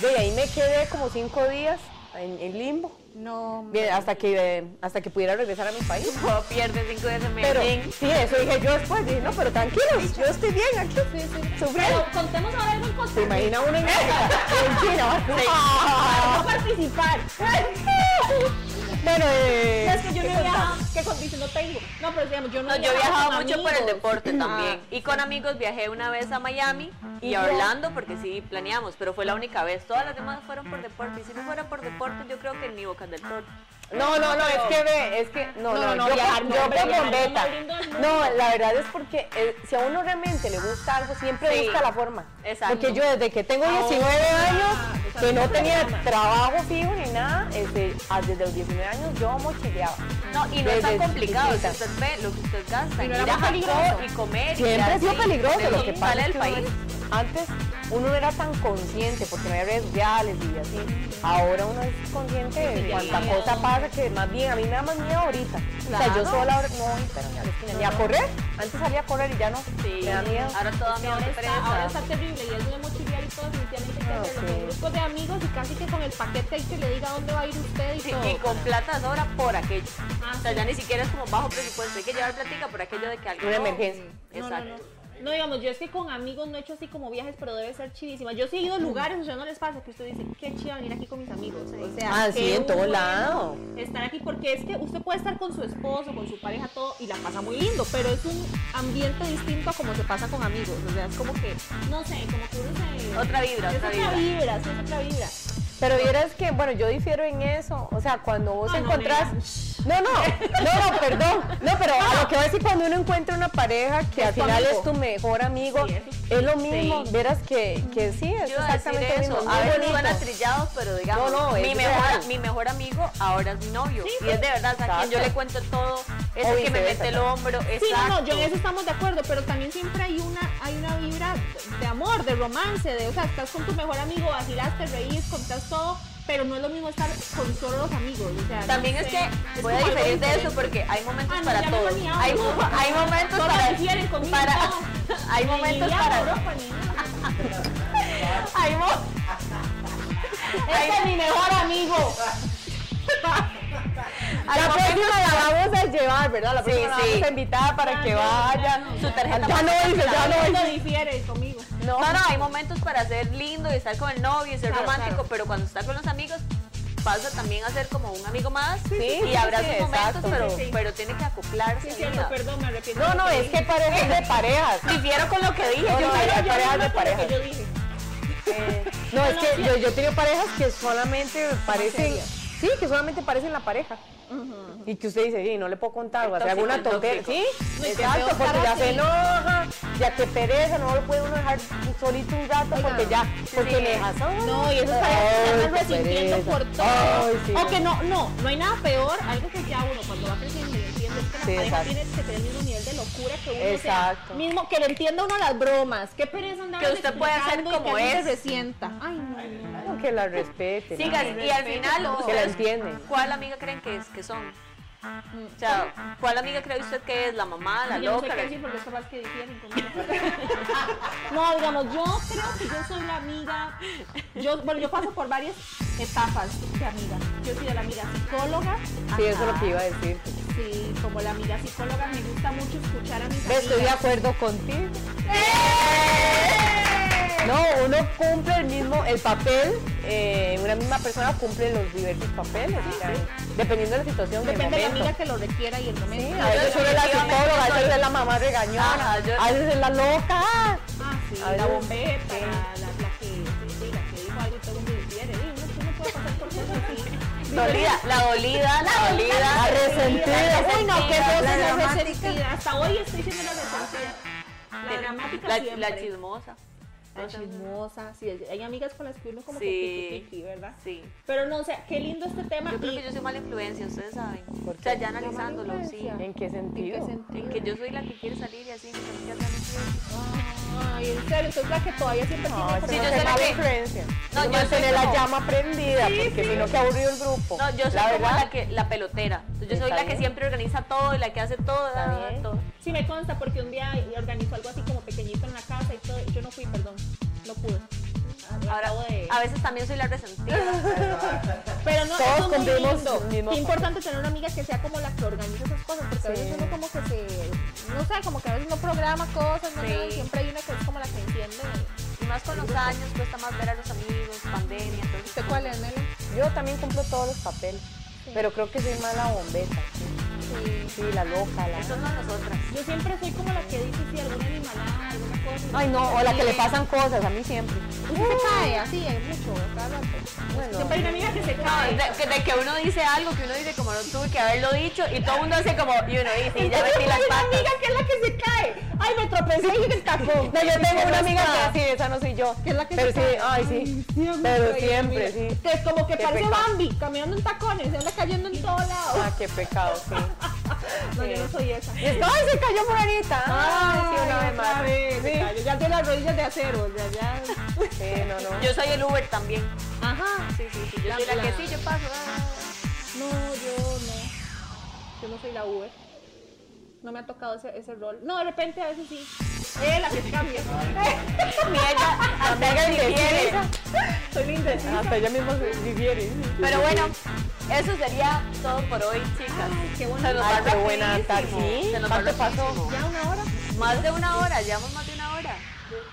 De ahí me quedé como cinco días en, en limbo,
No,
bien, hasta que, eh, hasta que pudiera regresar a mi país.
No pierde cinco días en
Pero
Medellín.
sí, eso dije yo después, dije, no, pero tranquilos, yo estoy bien aquí, sufriendo.
Pero contemos ahora algo en Costa
¿Te
Rica.
imaginas uno en China? En China, ¿no?
Para
Ah.
no participar.
Bueno, eh,
Es que yo no he viajado. ¿Qué condición no tengo? No, pero digamos, yo no,
No,
he
yo
viajado
viajaba
con
mucho por el
amigos.
deporte
Ah.
también. Y con amigos viajé una vez a Miami y a Orlando porque sí planeamos, pero fue la única vez. Todas las demás fueron por deporte. Y si no fuera por deporte, yo creo que ni Bocas del Toro.
No, no, no, es que ve, es que no,
No,
no,
no,
yo,
viajar,
yo
no, hombre,
creo
viajar
con
es lo
beta.
más lindo del mundo.
No, la verdad es porque eh, si a uno realmente le gusta algo, siempre
Sí.
busca la forma.
Exacto. Ah,
Porque yo desde que tengo 19 años, que no tenía trabajo fijo ni nada, este, ah, desde los 19 años yo mochileaba.
No, y no es tan
Desde
complicado. Si
chiquita.
usted ve lo que usted gasta,
Y
ir
no
a
era muy
Japón
peligroso.
y comer.
Siempre ha sido peligroso, lo que pasa
sale
es
del
que
país.
uno- antes uno no era tan consciente porque no había redes sociales y así. Ahora uno es consciente de cuánta cosa pasa que más bien a mí me da más miedo ahorita. O sea, yo
Claro.
sola ahora no voy pero ni a la esquina, ni a correr. Antes salía a correr y ya no.
Sí,
Me da miedo.
ahora todo me
Ahora
da
está, ahora
pereza.
está terrible y es de mochilear y todo, definitivamente hay que
Ah,
hacerlo
sí.
con grupos de amigos y casi que con el paquete ahí que le diga dónde va a ir usted y
Sí,
todo.
y con plata sobra por aquello.
Ah,
O sea,
sí.
ya ni siquiera es como bajo presupuesto. Hay que llevar platica por aquello de que algo.
Una emergencia.
No,
Exacto.
no, no. No, digamos, yo es que con amigos no he hecho así como viajes, pero debe ser chidísima. Yo sí he ido a lugares, o sea, no les pasa que usted dice, qué chido venir aquí con mis amigos. O sea,
Ah,
qué
sí, en todo
bueno
lado.
Estar aquí, porque es que usted puede estar con su esposo, con su pareja, todo, y la pasa muy lindo, pero es un ambiente distinto a como se pasa con amigos. O sea, es como que, no sé, como que uno se...
Otra vibra,
es
otra
otra
vibra.
vibra. sí, es otra vibra.
Pero vieras que, bueno, yo difiero en eso. O sea, cuando vos
Ah, no,
encontrás. No, no, no, no, perdón. No, pero a lo que voy a decir, cuando uno encuentra una pareja que al
tu
final
amigo.
es tu mejor amigo,
Sí, eso
es lo mismo. Vieras que, que sí, es
Yo iba a decir
exactamente lo
eso.
mismo.
A
Muy
veces
bonito.
suena trillado, pero digamos,
No, no, es
mi, mejor,
real.
mi mejor amigo ahora es mi novio. y es de verdad, o sea, a quien yo
Exacto.
le cuento todo, es
O
el que me
viceversa,
mete el
claro.
hombro.
Sí, no, no, yo en
exacto.
eso estamos de acuerdo, pero también siempre hay una, hay una vibra de amor, de romance, de, o sea, estás con tu mejor amigo, vacilas, te reís, contás todo, pero no es lo mismo estar con solo los amigos, o sea, no
También es
sé,
que voy a
como algo
diferir de eso
diferente.
porque hay momentos
Ah, no,
para
ya mejor
todos.
ni
Hay,
hablo.
mo- hay momentos
No
para.
difieren conmigo,
para-
no.
hay
Ni
momentos
a
para.
Europa, ni nada.
Hay mo-
Este es mi mejor amigo.
La próxima la vamos a llevar, ¿verdad? La próxima la
sí.
vamos a invitar para que
no,
vaya.
Su tarjeta
Ya no hice, ya
Todo el
no
mundo
hice.
difiere conmigo.
No, no, hay momentos para ser lindo y estar con el novio y ser
Claro,
romántico,
claro.
pero cuando está con los amigos pasa también a ser como un amigo más y
sí,
habrá
sí,
sus momentos,
exacto.
pero,
Sí, sí.
pero tiene que acoplarse.
Es
amiga.
cierto, perdón, me arrepiento.
No, no, es que parejas de parejas.
Difiero con lo que dije.
No,
yo
no,
quiero-
hay
Yo
parejas
no sé
de
lo que
parejas.
Yo dije. Eh,
No, es que yo, yo he tenido parejas que solamente parecen, sí, que solamente parecen la pareja. Y que usted dice, sí, no le puedo contar, o hacer
tóxico, el
alguna tontería.
tóxico.
Sí,
No, y que
exacto,
feo
porque
estar
ya se
así.
enoja, ya que pereza, no lo puede uno dejar solito un rato porque ya, porque
sí.
le deja solo.
No, y eso
Ay,
parejas que se andan
qué
resintiendo
pereza.
por todo.
Ay, sí.
o que no, no, no hay nada peor, algo que ya uno cuando va creciendo y entiende es que la
Sí,
pareja
exacto.
tiene que tener el mismo nivel de locura que uno.
Exacto.
O sea, mismo que le entienda uno las bromas. Qué pereza andar
Que usted pueda ser
explicando y
como
que alguien
es.
se resienta. Ay, no.
Claro, Que la respete.
Sigas, y al final,
Que la
ustedes,
entienden.
¿cuál amiga creen que, es, que son? O sea, ¿cuál amiga cree usted que es? ¿La mamá, la
Yo no sé
loca?
qué
la-
decir porque son las que difieren conmigo. No, digamos, yo creo que yo soy la amiga. Yo, bueno, yo paso por varias etapas de amiga. Yo soy de la amiga psicóloga.
Sí, eso es lo
Ajá.
que iba a decir.
Sí, como la amiga psicóloga, me gusta mucho escuchar a mis
Estoy de
amigas.
¡Eh!
acuerdo contigo. No, uno cumple el mismo, el papel, eh, una misma persona cumple los diversos papeles, digamos, dependiendo de la situación, del
Depende de la
momento.
amiga que lo requiera y el momento.
A veces uno es la psicóloga, a veces es la mamá regañona,
Ajá, yo-
a veces es la loca.
Ah, sí,
A
la
ver.
bombeta, la, la- la que, sí, sí, la que dijo algo y todo el mundo difiere. "Ey, no, es que no puedo pasar por cosas así".
Dolida, la dolida, la dolida.
La resentida.
Uy, no, qué
La
cosa la
dramática.
resentida. Hasta hoy estoy siendo la resentida. La dramática
La,
siempre.
la chismosa.
La chismosa. Sí, hay amigas con las que uno como
Sí.
que piqui, piqui, ¿verdad?
Sí.
Pero no, o sea, qué lindo este tema.
Yo creo
y-
que yo soy mala influencia, ustedes saben. O sea, ya analizándolo, sí.
¿En qué sentido?
En que yo soy la que quiere salir y así. mi familia es la que quiere.
Ay, en serio, entonces la que todavía siempre
No,
tiene
eso no
Sí, yo
es
soy la
mala
que-
influencia.
No, yo
mantener
soy
la
como-
llama prendida, porque si no, qué aburrido el grupo.
No, yo soy
la
como
verdad,
la, que, la pelotera. Yo soy
Está
la que
bien.
siempre organiza todo y la que hace todo. da-
bien.
todo.
¿eh? Sí me consta porque un día organizó algo así como pequeñito en la casa y todo. y Yo no fui, perdón. No pude.
Ahora,
Acabo de-
a veces también soy la resentida.
Pero no,
Todos
eso es muy
cumplimos
lindo.
el mismo
Qué
papel.
importante tener una amiga que sea como la que organiza esas cosas, porque a veces uno como que se, no sé, como que a veces no programa cosas, no
Sí.
sé, siempre hay una que es como la que entiende.
Y más con los años, cuesta más ver a los amigos, pandemia. Entonces,
¿Usted cuál es, Nelo?
yo también cumplo todos los papeles, pero creo que soy más la bombeta. Sí, sí, la loca, la...
Eso no nosotras.
Yo siempre soy como la que dice si alguna animalada, alguna cosa.
Ay, no, o la que le pasan cosas, a mí siempre.
Usted se cae así, es mucho, cada rato. Siempre hay una amiga que se cae.
De, que- de que uno dice algo que uno dice como no tuve que haberlo dicho y todo el mundo hace como y uno dice y ya metí las patas
que es la que se cae. Ay, me tropecé y en el cajón.
No, yo tengo una amiga que así, esa no soy yo.
Que es la que
pero
se
sí,
cae.
ay, sí. pero
Ay,
siempre,
mira,
sí.
Que como que
Qué
parece
pecado.
Bambi, caminando en tacones, se anda cayendo en todo lado.
Ah, qué pecado, sí.
No, yo no soy esa.
Y es, ¡Ay, se cayó Fulanita!
Ah,
Ay, sí, una vez
otra
más.
vez,
Sí.
se cayó. Ya tiene las rodillas de acero, o sea, ya.
Sí, no, no.
yo soy el Uber también
Ajá.
sí sí sí yo soy la que sí yo paso ah.
No, yo no. Yo no soy la Uber. No me ha tocado ese, ese rol. No, de repente a veces sí. Eh, la que se cambia.
Mi ella hasta ella ni quiere.
soy linda.
Hasta ella misma se difiere. sí.
pero bueno eso sería todo por hoy chicas
Qué
se
bonito.
nos
Ay,
va
qué buena
rapidísimo.
tarde. Sí,
se nos va
¿cuánto pasó?
rapidísimo.
Ya una hora. pues,
más de una hora llevamos más de una hora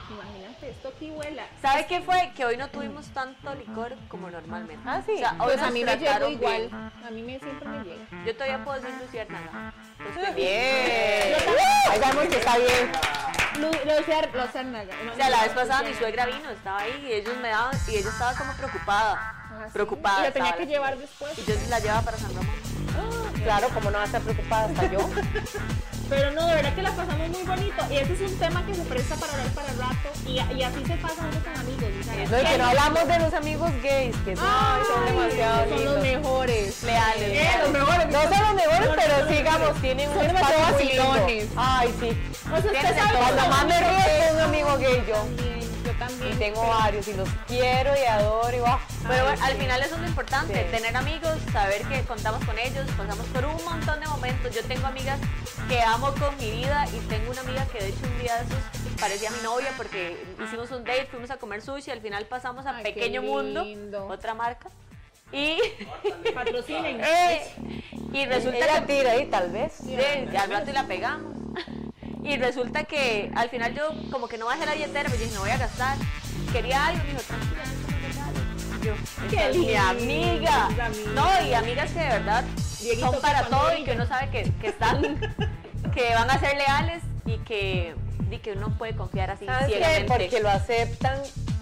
Imagínate, esto aquí vuela.
¿Sabes qué fue? Que hoy no tuvimos tanto licor como normalmente.
Ah, sí.
O sea, hoy
Pues
nos
a mí me llegó
trataron
igual.
bien.
A mí me, siempre me llega.
Yo todavía puedo decir luciérnaga. Entonces,
Bien. Ahí vemos que está bien.
Lu- Lucier- Luciérnaga. No,
O sea, la vez
Luciérnaga.
pasada mi suegra vino, estaba ahí y ellos me daban, y ella estaba como preocupada.
Ah, sí.
Preocupada.
Y la tenía
estaba
que
la
llevar
señora.
después.
Y yo la llevaba para San Ramón.
Ah, Claro, como no va a estar preocupada hasta yo.
Pero no, de verdad que la pasamos muy bonito. Y ese es un tema que se presta para hablar para rato. Y, y así se pasa uno con amigos. o sea,
No, y que no hablamos de los amigos gays, que son,
Ay,
son demasiado
son los
lindos.
mejores.
Leales.
Eh, los mejores.
No son los mejores, pero sigamos, tienen un
Son demasiado
espacio muy
vacilones.
lindo. Ay, sí.
O sea, usted sabe
Cuando
cómo
más me
son.
río es con un amigo gay yo.
También, yo también.
Y tengo varios y los quiero y adoro y va.
Pero bueno, al final eso es lo importante,
Sí.
tener amigos, saber que contamos con ellos, pasamos por un montón de momentos. Yo tengo amigas que amo con mi vida y tengo una amiga que de hecho un día de esos parecía mi novia porque hicimos un date, fuimos a comer sushi, al final pasamos a
Ay, qué
Pequeño Mundo,
lindo.
otra marca. Y,
Patrocinen.
Eh. y resulta que
Ella tira ahí, tal vez.
de, de al rato y la pegamos. Y resulta que al final yo como que no bajé la billetera, pero yo dije, no voy a gastar. Quería algo, me dijo, tranquila, esto no regalo". Y yo,
Qué
"Esta es mi
linda
amiga.
amiga.
No, y amigas que de verdad
Dieguito,
son para
que cuando
todo y
diga.
que uno sabe que, que están, que van a ser leales y que, y que uno puede confiar así
¿Sabes qué?
ciegamente.
Porque lo aceptan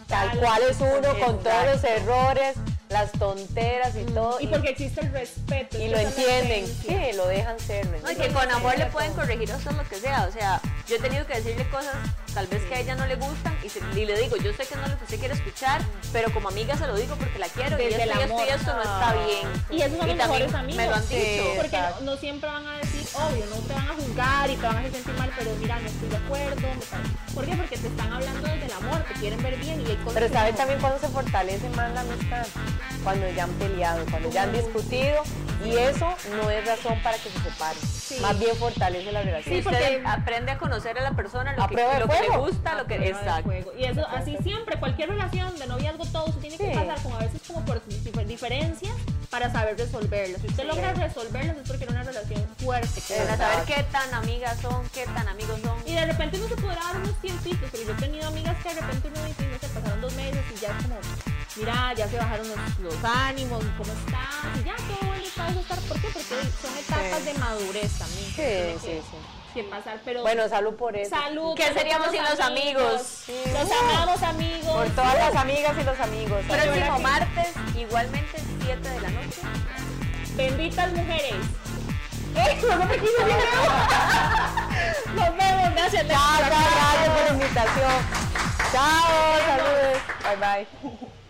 tal cual es uno, con todos los errores, las tonteras
Mm.
y todo.
Y porque existe el respeto.
y
es
lo
que esa es la
entienden.
esencia.
Sí, lo dejan ser. ¿me
No, y
entiendes?
que con amor le pueden corregir a usted lo que sea. O sea, yo he tenido que decirle cosas tal vez que a ella no le gustan y, se- y le digo, yo sé que no es lo que usted quiere escuchar, pero como amiga se lo digo porque la quiero y esto
Desde el
y esto y
amor.
esto no está bien.
Y esos son
también
los mejores amigos.
Me lo han
sí,
dicho.
Porque no, no siempre van a decir, obvio, no te van a juzgar y te van a hacer sentir mal, pero mira, no estoy de acuerdo. me parece- ¿Por qué? Porque te están hablando desde el amor, te quieren ver bien y hay cosas
Pero
que
¿sabes
no.
también cuando se fortalece más la amistad? Cuando ya han peleado, cuando ya han discutido. Y eso no es razón para que se separen. Más bien fortalece la relación.
Sí, porque
porque-
aprende a conocer a la persona,
A
lo que,
prueba de
lo que le
fuego.
gusta, lo que...
prueba de
Exacto.
fuego. Y eso así siempre, cualquier relación de noviazgo, todo se tiene que
Sí.
pasar como a veces como por dif- diferencias para saber resolverlas. Si usted logra resolverlas es porque era una relación fuerte. que
Para
era-
Eh, saber qué tan amigas son, qué tan amigos son.
Y de repente no se podrá dar unos tiempitos, pero yo he tenido amigas que de repente uno dice, no sé dos meses y ya es como, mira, ya se bajaron los, los ánimos, ¿cómo estás? Y ya todo vuelve otra vez a estar. ¿Por qué? Porque son etapas de madurez también. que tiene
Sí,
que-
sí, sí.
Que pasar, pero
Bueno, salud por eso.
salud.
¿Qué
salud
seríamos
por
sin los amigos?
Los amamos, amigos.
Por todas las amigas y los amigos.
Próximo martes, igualmente 7 de la noche.
Benditas mujeres. Nos vemos, gracias.
Chao, chao, gracias por la invitación. Chao, saludos. Bye, bye.